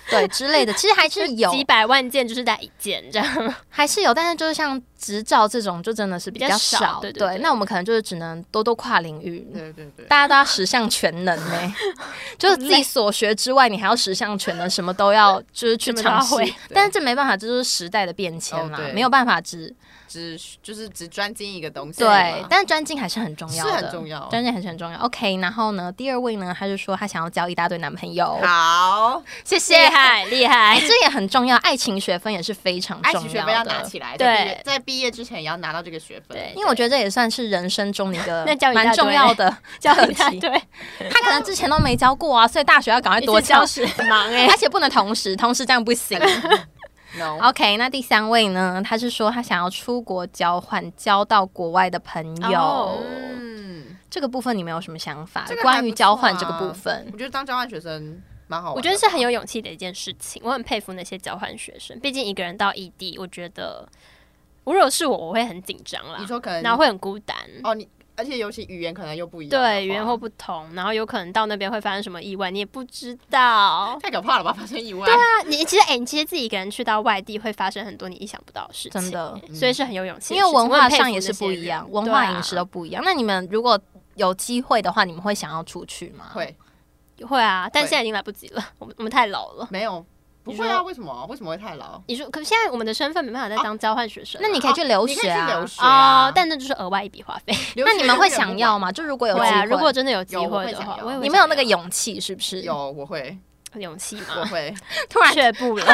Speaker 1: 对之类的，其实还是有，
Speaker 3: 几百万件就是在一件这 样。
Speaker 1: 还是有，但是就是像执照这种，就真的是比
Speaker 3: 比较
Speaker 1: 较
Speaker 3: 少对对对
Speaker 1: 那我们可能就是只能多多跨领域。
Speaker 2: 对对对，
Speaker 1: 大家都要十项全能呢、 就是自己所学之外，你还要十项全能，什么都要，就是去
Speaker 3: 什么都要
Speaker 1: 尝试
Speaker 3: 会。
Speaker 1: 但是这没办法，这就是时代的变迁啦
Speaker 2: 哦对，
Speaker 1: 没有办法只
Speaker 2: 只就是只专精一个东西嘛。
Speaker 1: 对，但是专精还是很重要的，
Speaker 2: 是很重要
Speaker 1: 专精还是很重要。OK，然后呢，第二位呢，他就说他想要交一大堆男朋友，
Speaker 2: 好，
Speaker 1: 谢
Speaker 3: 厉
Speaker 1: 谢。
Speaker 3: 害厉害
Speaker 1: 哎，，这也很重要，爱情学分也是非常重
Speaker 2: 爱
Speaker 1: 要的。
Speaker 2: 情学分要拿起来，
Speaker 3: 对
Speaker 2: 在毕业在毕业之前也要拿到这个学分。欸
Speaker 3: 对
Speaker 1: 因为我觉得这也算是人生中的一个
Speaker 3: 那教育大队
Speaker 1: 蛮重要的
Speaker 3: 教
Speaker 1: 课
Speaker 3: 一大
Speaker 1: 题。
Speaker 3: 对，
Speaker 1: 他可能之前都没教过啊，所以大学要赶快多教
Speaker 3: 教，室很忙哎
Speaker 1: 而，且不能同时，同时这样不行。
Speaker 2: ，no，
Speaker 1: OK，那第三位呢？他是说他想要出国交换，交到国外的朋友。
Speaker 3: 哦
Speaker 2: 嗯，
Speaker 1: 这个部分你们有什么想法？
Speaker 2: 这个还
Speaker 1: 关于
Speaker 2: 不错
Speaker 1: 交换这个
Speaker 2: 啊
Speaker 1: 部分，
Speaker 2: 我觉得当交换学生蛮好玩的。
Speaker 3: 我觉得是很有勇气的一件事情，我很佩服那些交换学生。毕竟一个人到异地，我觉得如果是我，我会很紧张啦
Speaker 2: 你，说可能
Speaker 3: 然后会很孤单。
Speaker 2: 哦，你而且尤其语言可能又不一样的话，
Speaker 3: 对，语言会不同，然后有可能到那边会发生什么意外，你也不知道。
Speaker 2: 太可怕了吧？发生意外，
Speaker 3: 对啊，你其实哎、你其实自己一个人去到外地，会发生很多你意想不到的事情，
Speaker 1: 真的
Speaker 3: 欸所以是很有勇气的事情。
Speaker 1: 因为文
Speaker 3: 我
Speaker 1: 化
Speaker 3: 很佩服
Speaker 1: 上也是不一样，
Speaker 3: 那些人
Speaker 1: 文化饮食都不一样。那你们如果有机会的话，你们会想要出去吗？
Speaker 2: 会
Speaker 3: 对啊会啊，但
Speaker 2: 会
Speaker 3: 现在已经来不及了，我们我们太老了。
Speaker 2: 没有不
Speaker 3: 你
Speaker 2: 会啊？
Speaker 3: 说
Speaker 2: 为什么？为什么会太老？
Speaker 3: 你说，可是现在我们的身份没办法再当交换学生
Speaker 1: 哦
Speaker 3: 啊、
Speaker 1: 那你可以去留
Speaker 2: 你可以
Speaker 1: 学
Speaker 2: 去
Speaker 1: 啊。
Speaker 2: 留学
Speaker 3: 哦
Speaker 2: 啊，，
Speaker 3: 但那就是额外一笔花费。
Speaker 2: 留
Speaker 1: 那
Speaker 2: 学
Speaker 1: 你们
Speaker 2: 永
Speaker 1: 会
Speaker 2: 远
Speaker 1: 想
Speaker 2: 不
Speaker 1: 要
Speaker 2: 晚？
Speaker 1: 吗？就如果有机
Speaker 3: 对啊，
Speaker 1: 会，
Speaker 3: 如果真的有机
Speaker 2: 有我
Speaker 3: 会
Speaker 2: 会
Speaker 3: 的
Speaker 2: 想
Speaker 3: 话，
Speaker 2: 要
Speaker 3: 我也会
Speaker 1: 你们有
Speaker 3: 想
Speaker 1: 那个
Speaker 3: 要
Speaker 1: 勇气，是不是？
Speaker 2: 有，我会，
Speaker 3: 勇气
Speaker 2: 我
Speaker 1: 啊
Speaker 3: 吗？
Speaker 2: 会。
Speaker 1: 突然
Speaker 3: 却步了，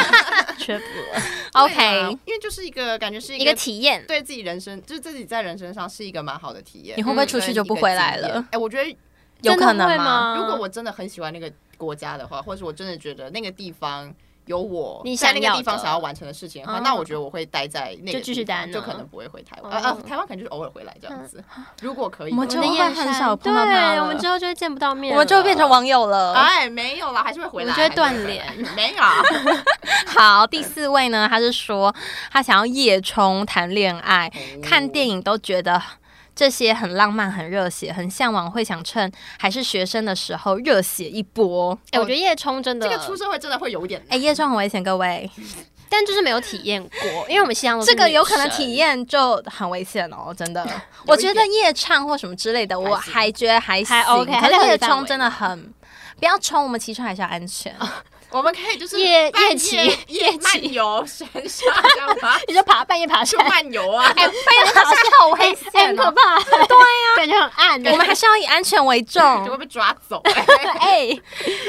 Speaker 3: 却步
Speaker 2: 对
Speaker 3: 了。
Speaker 2: 啊
Speaker 1: OK
Speaker 2: 因为就是一个感觉是
Speaker 1: 一个体验，
Speaker 2: 对自己人生，就是自己在人生上是一个蛮好的体验嗯
Speaker 1: 你。会不会出去就不回来
Speaker 2: 跟一个经
Speaker 1: 了？
Speaker 2: 验
Speaker 1: 嗯
Speaker 2: 哎、我觉得
Speaker 1: 有可
Speaker 3: 真的
Speaker 1: 能
Speaker 3: 会？吗？
Speaker 2: 如果我真的很喜欢那个国家的话，或者我真的觉得那个地方有我
Speaker 3: 你
Speaker 2: 在
Speaker 3: 想
Speaker 2: 那
Speaker 3: 要的
Speaker 2: 个地方想要完成的事情的话，
Speaker 3: 嗯
Speaker 2: 那我觉得我会待在那个地方
Speaker 3: 就继续待呢
Speaker 2: 就可能不会回台湾。
Speaker 3: 哦
Speaker 2: 呃呃，台湾可能就是偶尔回来这样子。如果可以
Speaker 1: 嗯我
Speaker 2: 的
Speaker 1: 们就
Speaker 2: 话，
Speaker 3: 我们的燕
Speaker 1: 会很
Speaker 3: 山
Speaker 1: 少碰到他
Speaker 3: 对，
Speaker 1: 了
Speaker 3: 我们之后就会见不到面了，
Speaker 1: 我们就会变成网友
Speaker 3: 啊
Speaker 1: 了。
Speaker 2: 哎没有啦，还是会回来，
Speaker 3: 我觉得
Speaker 2: 还是会回
Speaker 3: 断
Speaker 2: 来
Speaker 3: 联。
Speaker 2: 没有。啊
Speaker 1: 好，第四位呢，他是说他想要夜冲谈恋爱，
Speaker 3: 嗯
Speaker 1: 看电影都觉得。这些很浪漫、很热血、很向往，会想趁还是学生的时候热血一波。
Speaker 3: 哎、我觉得叶冲真的，
Speaker 2: 这个出社会真的会有一点
Speaker 1: 哎，夜冲很危险，各位，
Speaker 3: 但就是没有体验 过，因为我们西洋都是
Speaker 1: 这个有可能
Speaker 3: 女生
Speaker 1: 体验就很危险哦，真 的。我觉得夜唱或什么之类的，我还觉得还行
Speaker 3: 还 OK，
Speaker 1: 可
Speaker 3: 还在
Speaker 1: 是
Speaker 3: 合理
Speaker 1: 夜
Speaker 3: 范围
Speaker 1: 冲真的 很。不要冲，我们骑车还是要安全。
Speaker 2: 我们可以就是
Speaker 3: 夜
Speaker 2: 半
Speaker 3: 夜骑
Speaker 2: 夜夜漫游神下这样吗？
Speaker 3: 你就爬半夜爬
Speaker 2: 就
Speaker 3: 山，
Speaker 2: 漫游啊！
Speaker 1: 哎，非常好危
Speaker 3: 哎、很
Speaker 1: 险
Speaker 3: 可
Speaker 1: 哦！
Speaker 3: 怕，对呀、感觉很暗。哎
Speaker 1: 我们还是要以安全为 重。
Speaker 2: 就会被抓走。
Speaker 1: 哎，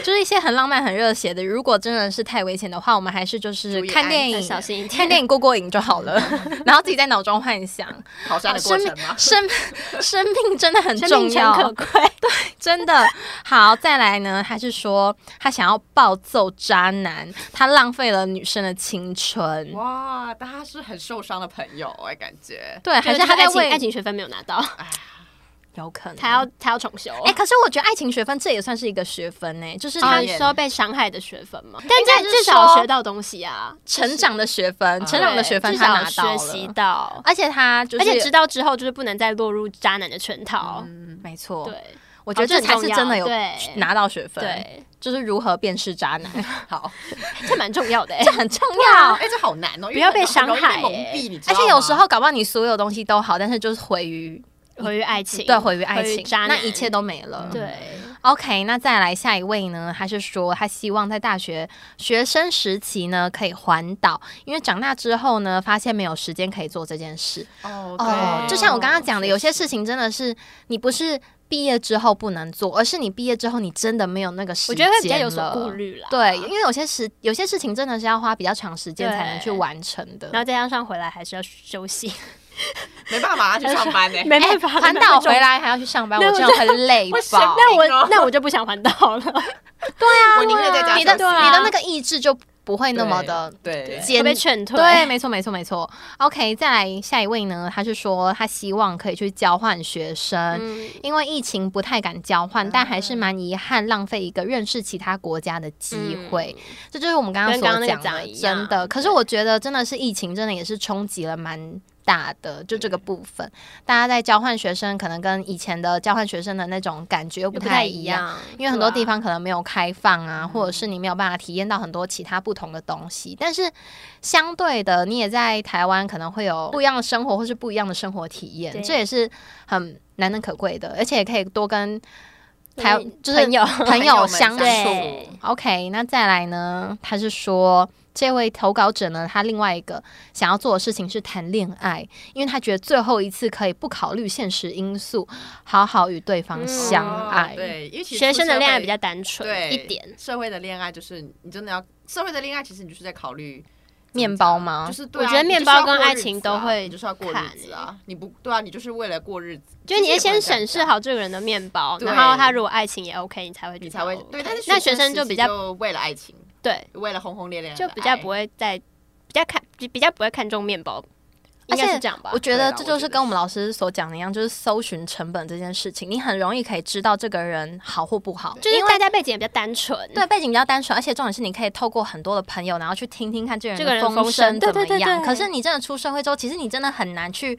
Speaker 1: 就是一些很浪漫、很热血的。如果真的是太危险的话，我们还是就是
Speaker 2: 注意
Speaker 1: 看
Speaker 2: 安
Speaker 1: 电
Speaker 3: 很
Speaker 1: 影，
Speaker 3: 小心一点，
Speaker 1: 看电影过过瘾就好 了，然后自己在脑中幻想。
Speaker 2: 跑山的过
Speaker 1: 生
Speaker 2: 程
Speaker 1: 命
Speaker 2: 吗？
Speaker 1: 生生命真的很
Speaker 3: 生命
Speaker 1: 重
Speaker 3: 诚可
Speaker 1: 要，
Speaker 3: 贵。
Speaker 1: 真的。好，再来呢，他是说他想要暴揍渣男，他浪费了女生的青春。
Speaker 2: 哇，但他是很受伤的朋友哎，感觉
Speaker 1: 对，还
Speaker 3: 就是
Speaker 1: 他在
Speaker 3: 爱情
Speaker 1: 为
Speaker 3: 爱情学分没有拿到，
Speaker 1: 有可能
Speaker 3: 他要他要重修。
Speaker 1: 哎、可是我觉得爱情学分这也算是一个学分呢、就是
Speaker 3: 他
Speaker 1: 他
Speaker 2: 哦也
Speaker 3: 说被伤害的学分嘛，但
Speaker 1: 应该
Speaker 3: 这
Speaker 1: 是
Speaker 3: 至少
Speaker 1: 说
Speaker 3: 学到东西啊，
Speaker 1: 成长的学分，
Speaker 2: 嗯
Speaker 1: 成长的
Speaker 3: 对
Speaker 1: 学分
Speaker 3: 至
Speaker 1: 他
Speaker 3: 少
Speaker 1: 拿到
Speaker 3: 学习
Speaker 1: 了，
Speaker 3: 到，
Speaker 1: 而且他就是
Speaker 3: 而且知道之后就是不能再落入渣男的圈套。
Speaker 2: 嗯，
Speaker 1: 没错，
Speaker 3: 对
Speaker 1: 我觉得
Speaker 3: 哦这
Speaker 1: 这才
Speaker 3: 很
Speaker 1: 是
Speaker 3: 重要
Speaker 1: 真的有
Speaker 3: 对
Speaker 1: 拿到学分，
Speaker 3: 对，
Speaker 1: 就是如何辨识渣 男，好，
Speaker 3: 这蛮重要的 欸
Speaker 1: 这很重要。
Speaker 2: 哎，这好难哦，因为
Speaker 3: 不要被伤害
Speaker 2: 很容易被蒙
Speaker 3: 哎
Speaker 2: 蔽，你知道
Speaker 1: 而
Speaker 2: 吗
Speaker 1: 且有时候搞不好你所有东西都好，但是就是毁于
Speaker 3: 回于爱情，
Speaker 1: 对嗯毁于爱
Speaker 3: 毁于
Speaker 1: 情，
Speaker 3: 渣男
Speaker 1: 那一切都没了。
Speaker 3: 对，
Speaker 1: OK，那再来下一位呢？他是说他希望在大学学生时期呢可以环岛，因为长大之后呢发现没有时间可以做这件事。
Speaker 2: 哦
Speaker 1: 哦，
Speaker 2: 对
Speaker 1: 就像我刚刚讲的，有些
Speaker 2: 确实
Speaker 1: 事情真的是你不是毕业之后不能做，而是你毕业之后你真的没有那个时
Speaker 3: 我
Speaker 1: 间
Speaker 3: 觉
Speaker 1: 了。
Speaker 3: 得会比较有所顾虑啦。
Speaker 1: 对，因为有些时有些事情真的是要花比较长时间
Speaker 3: 对
Speaker 1: 才能去完成的。
Speaker 3: 然后再加上回来还是要 休息，
Speaker 2: 没办法，他去上班呢。
Speaker 3: 没
Speaker 1: 哎，环岛回，来还要去上班，
Speaker 3: 那
Speaker 1: 我
Speaker 3: 我
Speaker 1: 真的会累
Speaker 2: 我
Speaker 1: 爆。
Speaker 3: 那我
Speaker 2: 哎呦
Speaker 3: 那我就不想环岛了，
Speaker 2: 哎我宁愿在家
Speaker 1: 哎啊你的
Speaker 2: 休息
Speaker 3: 啊
Speaker 1: 你的那个意志就不会
Speaker 2: 对
Speaker 1: 那么的
Speaker 2: 对，
Speaker 1: 坚
Speaker 3: 会被劝退。
Speaker 1: 对，没错，没错，没错。OK，再来下一位呢？他是说他希望可以去交换学生，
Speaker 3: 嗯，
Speaker 1: 因为疫情不太敢交换，但还是蛮遗憾浪费一个认识其他国家的机会。这就是我们刚刚
Speaker 3: 嗯跟
Speaker 1: 所
Speaker 3: 刚刚那个
Speaker 1: 讲的，
Speaker 3: 讲一样
Speaker 1: 真的。可是我觉得真的是疫情，真的也是冲击了蛮。大的就这个部分，大家在交换学生可能跟以前的交换学生的那种感觉又
Speaker 3: 又
Speaker 1: 不
Speaker 3: 不太
Speaker 1: 一
Speaker 3: 一
Speaker 1: 样，
Speaker 3: 样，
Speaker 1: 因为很多
Speaker 3: 对
Speaker 1: 地
Speaker 3: 啊嗯
Speaker 1: 方可能没有开放啊，或者是你没有办法体验到很多其他不同的东西。但是相对的，你也在台湾可能会有不一样的生活，或是不一样的生活体验，
Speaker 3: 对
Speaker 1: 这也是很难能可贵的，而且也可以多跟台
Speaker 3: 对
Speaker 1: 就是
Speaker 3: 朋友
Speaker 1: 朋友相处
Speaker 2: 朋友们相。
Speaker 3: 对
Speaker 1: OK，那再来呢？他是说。这位投稿者呢，他另外一个想要做的事情是谈恋爱，因为他觉得最后一次可以不考虑现实因素，好好与对方
Speaker 3: 嗯
Speaker 1: 相
Speaker 2: 哦
Speaker 1: 爱。
Speaker 2: 对，因为其实
Speaker 3: 学生的恋爱比较
Speaker 2: 出
Speaker 3: 单
Speaker 2: 社
Speaker 3: 纯
Speaker 2: 会对
Speaker 3: 一点，
Speaker 2: 社会的恋爱就是你真的要社会的恋爱，其实你就是在考虑
Speaker 1: 面包吗
Speaker 2: 就是对啊
Speaker 3: 我觉得
Speaker 2: 你
Speaker 3: 面
Speaker 2: 就是要
Speaker 3: 包跟
Speaker 2: 过
Speaker 3: 爱
Speaker 2: 日
Speaker 3: 情
Speaker 2: 子
Speaker 3: 都
Speaker 2: 啊
Speaker 3: 会
Speaker 2: 你就是要过
Speaker 3: 看欸
Speaker 2: 日子啊，你不对啊，你就是为了过日子，
Speaker 3: 就是你
Speaker 2: 其
Speaker 3: 要
Speaker 2: 实也不
Speaker 3: 先
Speaker 2: 能这样
Speaker 3: 审视
Speaker 2: 讲
Speaker 3: 好这个人的面包，
Speaker 2: 对
Speaker 3: 然后他如果爱情也 OK，你才会
Speaker 2: 你
Speaker 3: 觉
Speaker 2: 才
Speaker 3: 得
Speaker 2: 会
Speaker 3: OK
Speaker 2: 对，但是
Speaker 3: 那学生
Speaker 2: 时
Speaker 3: 就
Speaker 2: 期
Speaker 3: 比较
Speaker 2: 就为了爱情，
Speaker 3: 对，
Speaker 2: 为了轰轰烈烈的哎
Speaker 3: 就比较
Speaker 2: 爱
Speaker 3: 不会再比较看比比较不会看重面包，应该是这样吧
Speaker 1: 我？觉
Speaker 2: 对
Speaker 1: 得
Speaker 2: 啦
Speaker 1: 这
Speaker 2: 我
Speaker 1: 就
Speaker 2: 觉
Speaker 1: 是
Speaker 2: 得
Speaker 1: 跟啊我们老师所讲的一样，就是搜寻成本这件事情，你很容易可以知道这个人好或不好，
Speaker 3: 就是
Speaker 1: 因为
Speaker 3: 大家背景也比较单纯，
Speaker 1: 对，背景比较单纯，而且重点是你可以透过很多的朋友，然后去听听看这个
Speaker 3: 这个人
Speaker 1: 人
Speaker 3: 风
Speaker 1: 风声
Speaker 3: 声
Speaker 1: 怎么样。
Speaker 3: 对对对对
Speaker 1: 可是你真的出社会之后，其实你真的很难去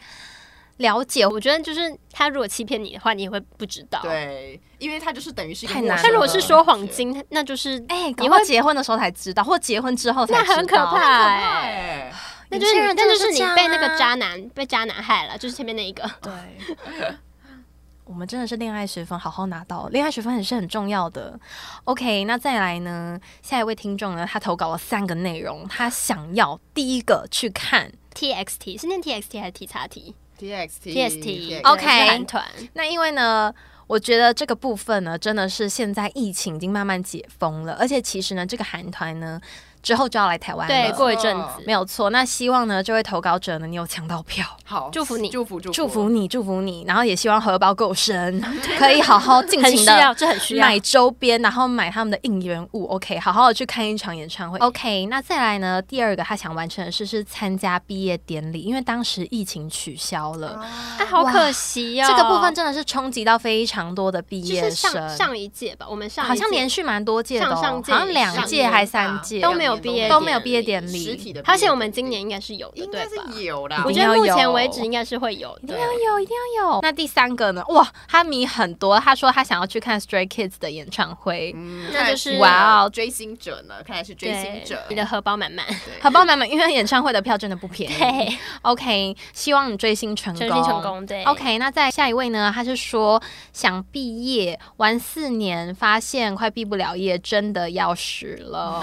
Speaker 1: 了解。
Speaker 3: 我觉得就是他如果欺骗你的话，你也会不知道。，
Speaker 2: 对，因为他就是等于是一个
Speaker 1: 太
Speaker 2: 陌
Speaker 1: 难
Speaker 2: 生
Speaker 3: 他如果
Speaker 2: 的
Speaker 3: 是说谎金，那就是
Speaker 1: 哎、
Speaker 3: 你
Speaker 1: 你会
Speaker 3: 会
Speaker 1: 结婚的时候才知道，或结婚之后才
Speaker 3: 那
Speaker 1: 知道，
Speaker 3: 很可怕哎。
Speaker 2: 哎，
Speaker 3: 那
Speaker 1: 有
Speaker 3: 就是
Speaker 1: 些
Speaker 3: 你
Speaker 1: 人
Speaker 3: 那
Speaker 1: 真的
Speaker 3: 就是
Speaker 1: 是
Speaker 3: 你
Speaker 1: 这样
Speaker 3: 被那个
Speaker 1: 啊
Speaker 3: 渣男被渣男害了，就是前面 那一个。
Speaker 1: 对，我们真的是恋爱学分好好拿到，恋爱学分也是很重要的。OK，那再来呢？下一位听众呢，他投稿了三个内容，他想要第一个去看
Speaker 3: TXT 是念 TXT 还是 T 叉 T
Speaker 2: TXT
Speaker 3: TXT
Speaker 1: OK
Speaker 3: 对是韩团
Speaker 1: 那因为呢，我觉得这个部分呢，真的是现在疫情已经慢慢解封了，而且其实呢，这个韩团呢之后就要来台湾
Speaker 3: 对
Speaker 1: 了，
Speaker 3: 过一阵子
Speaker 1: 没有错。那希望呢，这位投稿者呢，你有抢到票。
Speaker 2: 好，
Speaker 3: 祝福你
Speaker 2: 祝福，祝福，
Speaker 1: 祝福你，祝福你，然后也希望荷包够深， 可以好好尽
Speaker 3: 很
Speaker 1: 情
Speaker 3: 需
Speaker 1: 的
Speaker 3: 要，这很需要。
Speaker 1: 买周边，然后买他们的应援物。OK，好好的去看一场演唱会。OK，那再来呢？第二个他想完成的事是参加毕业典礼，因为当时疫情取消了，
Speaker 3: 啊，好可惜哦。
Speaker 1: 这个部分真的是冲击到非常多的毕
Speaker 3: 就是
Speaker 1: 业
Speaker 3: 上
Speaker 1: 生，
Speaker 3: 上一届吧，我们上一
Speaker 1: 好像
Speaker 3: 届
Speaker 1: 连续蛮多届的、哦，
Speaker 3: 上上届
Speaker 1: 好像两届还三届哦
Speaker 3: 都没有毕业
Speaker 1: 都没有毕业典礼
Speaker 2: 实体的毕业典礼，
Speaker 3: 而且我们今年应该是有的，
Speaker 2: 应
Speaker 3: 对
Speaker 2: 该
Speaker 3: 吧？
Speaker 2: 是有啦，
Speaker 3: 我
Speaker 1: 一
Speaker 3: 觉
Speaker 1: 定
Speaker 3: 得
Speaker 1: 要
Speaker 3: 目前
Speaker 1: 有
Speaker 3: 为止应该是会有的
Speaker 2: 对。
Speaker 1: 有，一定要有。那第三个呢？哇，他迷很多。他说他想要去看 Stray Kids 的演唱会，
Speaker 2: 嗯
Speaker 3: 那就是
Speaker 1: 哇哦
Speaker 2: 追星者呢，看来是追星
Speaker 3: 对
Speaker 2: 者，，
Speaker 3: 你的荷包满满，
Speaker 1: 荷包满满，因为演唱会的票真的不便宜。
Speaker 3: 对，
Speaker 1: OK，希望你追星成
Speaker 3: 全心成功，对
Speaker 1: OK，那在下一位呢？他是说想毕业玩四年，发现快毕不了业，真的要死 了。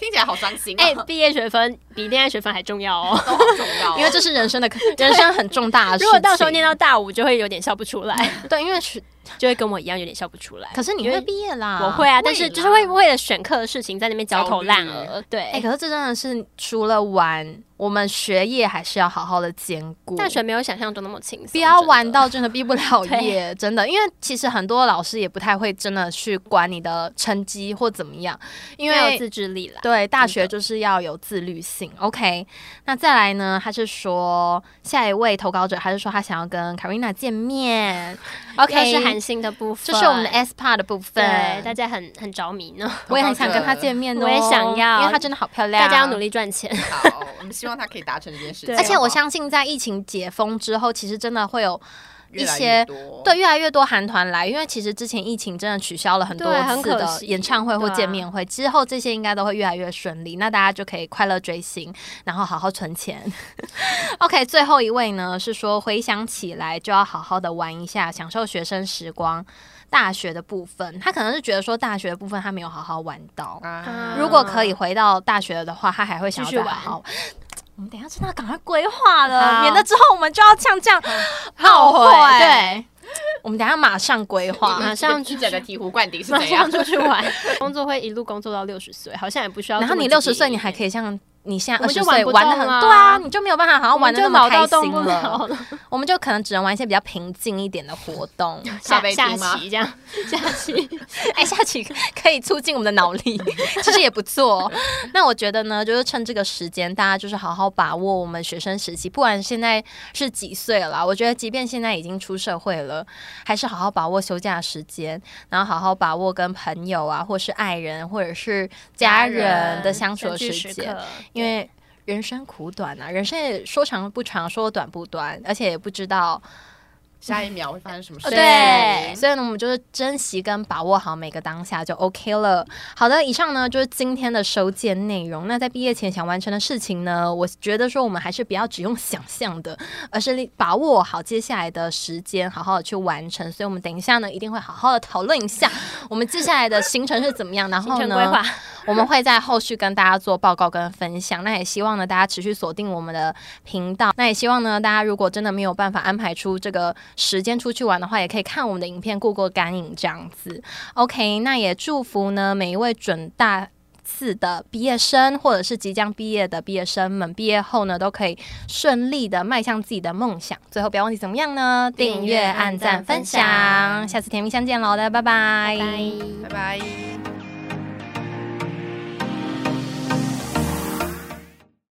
Speaker 2: 听起来好伤心
Speaker 3: 哎
Speaker 2: 哦，，
Speaker 3: 毕业学分比恋爱学分还重要
Speaker 1: 啊
Speaker 3: 哦。
Speaker 2: 都好重要哦，
Speaker 1: 因为这是人生的课人生很重大的事情。
Speaker 3: 如果到时候念到大五，就会有点笑不出 来，
Speaker 1: 对，因为是
Speaker 3: 就会跟我一样有点笑不出来。
Speaker 1: 可是你
Speaker 3: 因
Speaker 1: 会
Speaker 3: 为
Speaker 1: 毕业啦，
Speaker 3: 我会。啊，但
Speaker 2: 会
Speaker 3: 是
Speaker 2: 啦
Speaker 3: 就是会为了选课的事情在那边焦头烂
Speaker 2: 焦
Speaker 3: 额。对
Speaker 1: 哎、，可是这真的是除了玩，我们学业还是要好好的兼顾。
Speaker 3: 大学没有想象中那么轻松，
Speaker 1: 不要玩
Speaker 3: 真的
Speaker 1: 到真的毕不了 业，真的，因为其实很多老师也不太会真的去管你的成绩或怎么样，因
Speaker 3: 没
Speaker 1: 为
Speaker 3: 有自制力啦。
Speaker 1: 对，大
Speaker 3: 真
Speaker 1: 学
Speaker 3: 的
Speaker 1: 就是要有自律性。OK，那再来呢？他是说下一位投稿者，他是说他想要跟 Karina 见面。
Speaker 3: 这
Speaker 1: OK，
Speaker 3: 是韩星的部分，
Speaker 1: 这是我们的 S part 的部
Speaker 3: 对
Speaker 1: 分。，
Speaker 3: 大家很很着迷呢。
Speaker 1: 我也很想跟她见面哦，
Speaker 3: 我也想要
Speaker 1: 因为她真的好漂亮。
Speaker 3: 大家要努。力 赚钱，
Speaker 2: 好，我们希望他可以达成这件事情。
Speaker 3: 对
Speaker 1: 而且我
Speaker 2: 好
Speaker 1: 相信，在疫情解封之后，其实真的会有
Speaker 2: 越来
Speaker 1: 一些
Speaker 2: 越多
Speaker 1: 对越来越多韩团来，因为其实之前疫情真的取消了很多
Speaker 3: 对很
Speaker 1: 次
Speaker 3: 可
Speaker 1: 的
Speaker 3: 惜
Speaker 1: 演唱会或
Speaker 3: 对啊
Speaker 1: 见面会，之后这些应该都会越来越顺利，那大家就可以快乐追星，然后好好存钱。OK，最后一位呢是说回想起来就要好好的玩一下，享受学生时光。大学的部分，他可能是觉得说大学的部分他没有好好玩到。
Speaker 2: 啊
Speaker 1: 如果可以回到大学的话，他还会想要
Speaker 3: 继续
Speaker 1: 再
Speaker 3: 玩
Speaker 1: 好好。我们等一下真的要赶快规划了，
Speaker 3: 好
Speaker 1: 免得之后我们就要像这样
Speaker 3: 后悔
Speaker 1: 对，我们等一下马上规划。
Speaker 3: 马上
Speaker 2: 一整个醍醐灌顶是
Speaker 3: 马
Speaker 2: 怎样
Speaker 1: 啊
Speaker 3: 上？出 去玩，工作会一路工作到六十岁，好像也不需要这
Speaker 1: 然
Speaker 3: 么积
Speaker 1: 后
Speaker 3: 极。
Speaker 1: 你六十岁，你还可以像你现在
Speaker 3: 我
Speaker 1: 二
Speaker 3: 们
Speaker 1: 十
Speaker 3: 就
Speaker 1: 岁
Speaker 3: 玩
Speaker 1: 玩的
Speaker 3: 不动
Speaker 1: 很，
Speaker 3: 啊
Speaker 1: 对啊，你就没有办法好像
Speaker 3: 我们
Speaker 1: 玩的
Speaker 3: 就
Speaker 1: 那么
Speaker 3: 老
Speaker 1: 开
Speaker 3: 到动
Speaker 1: 心
Speaker 3: 不了
Speaker 1: 了。
Speaker 3: 了，
Speaker 1: 我们就可能只能玩一些比较平静一点的活 动。
Speaker 2: 咖
Speaker 3: 下
Speaker 2: 啡
Speaker 3: 下
Speaker 2: 厅吗
Speaker 3: 棋这样， 下棋
Speaker 1: 哎，下棋可以促进我们的脑 力，其实也不错。哦那我觉得呢，就是趁这个时间，大家就是好好把握我们学生时期，不管现在是几岁了啦，我觉得即便现在已经出社会了，还是好好把握休假时间，然后好好把握跟朋友啊，或是爱人，或者是家人的相处的
Speaker 3: 聚
Speaker 1: 时间，
Speaker 3: 刻
Speaker 1: 因为。人生苦短啊，人生也说长不长，说短不短，而且也不知道
Speaker 2: 下一秒会发生什么
Speaker 3: 哦
Speaker 2: 事？
Speaker 1: 对，所以呃呢，我们就是珍惜跟把握好每个当下就 OK 了。好的，以上呢就是今天的收件内容。那在毕业前想完成的事情呢，我觉得说我们还是不要只用想象的，而是立把握好接下来的时间，好好的去完成。所以我们等一下呢，一定会好好的讨论一下我们接下来的行程是怎么样，然
Speaker 3: 行
Speaker 1: 后
Speaker 3: 程规
Speaker 1: 呢，
Speaker 3: 划，
Speaker 1: 我们会在后续跟大家做报告跟分享。那也希望呢，大家持续锁定我们的频道。那也希望呢，大家如果真的没有办法安排出这个时间出去玩的话，也可以看我们的影片过过干瘾这样子。OK，那也祝福呢每一位准大。四的毕业生，或者是即将毕业的毕业生们，毕业后呢，都可以顺利的迈向自己的梦想。最后，不要忘记怎么样呢？
Speaker 3: 订阅
Speaker 1: 订阅、按赞、
Speaker 3: 分
Speaker 1: 分
Speaker 3: 享
Speaker 1: 享，下次甜蜜相见喽，大家拜拜
Speaker 3: 拜。
Speaker 2: 拜拜。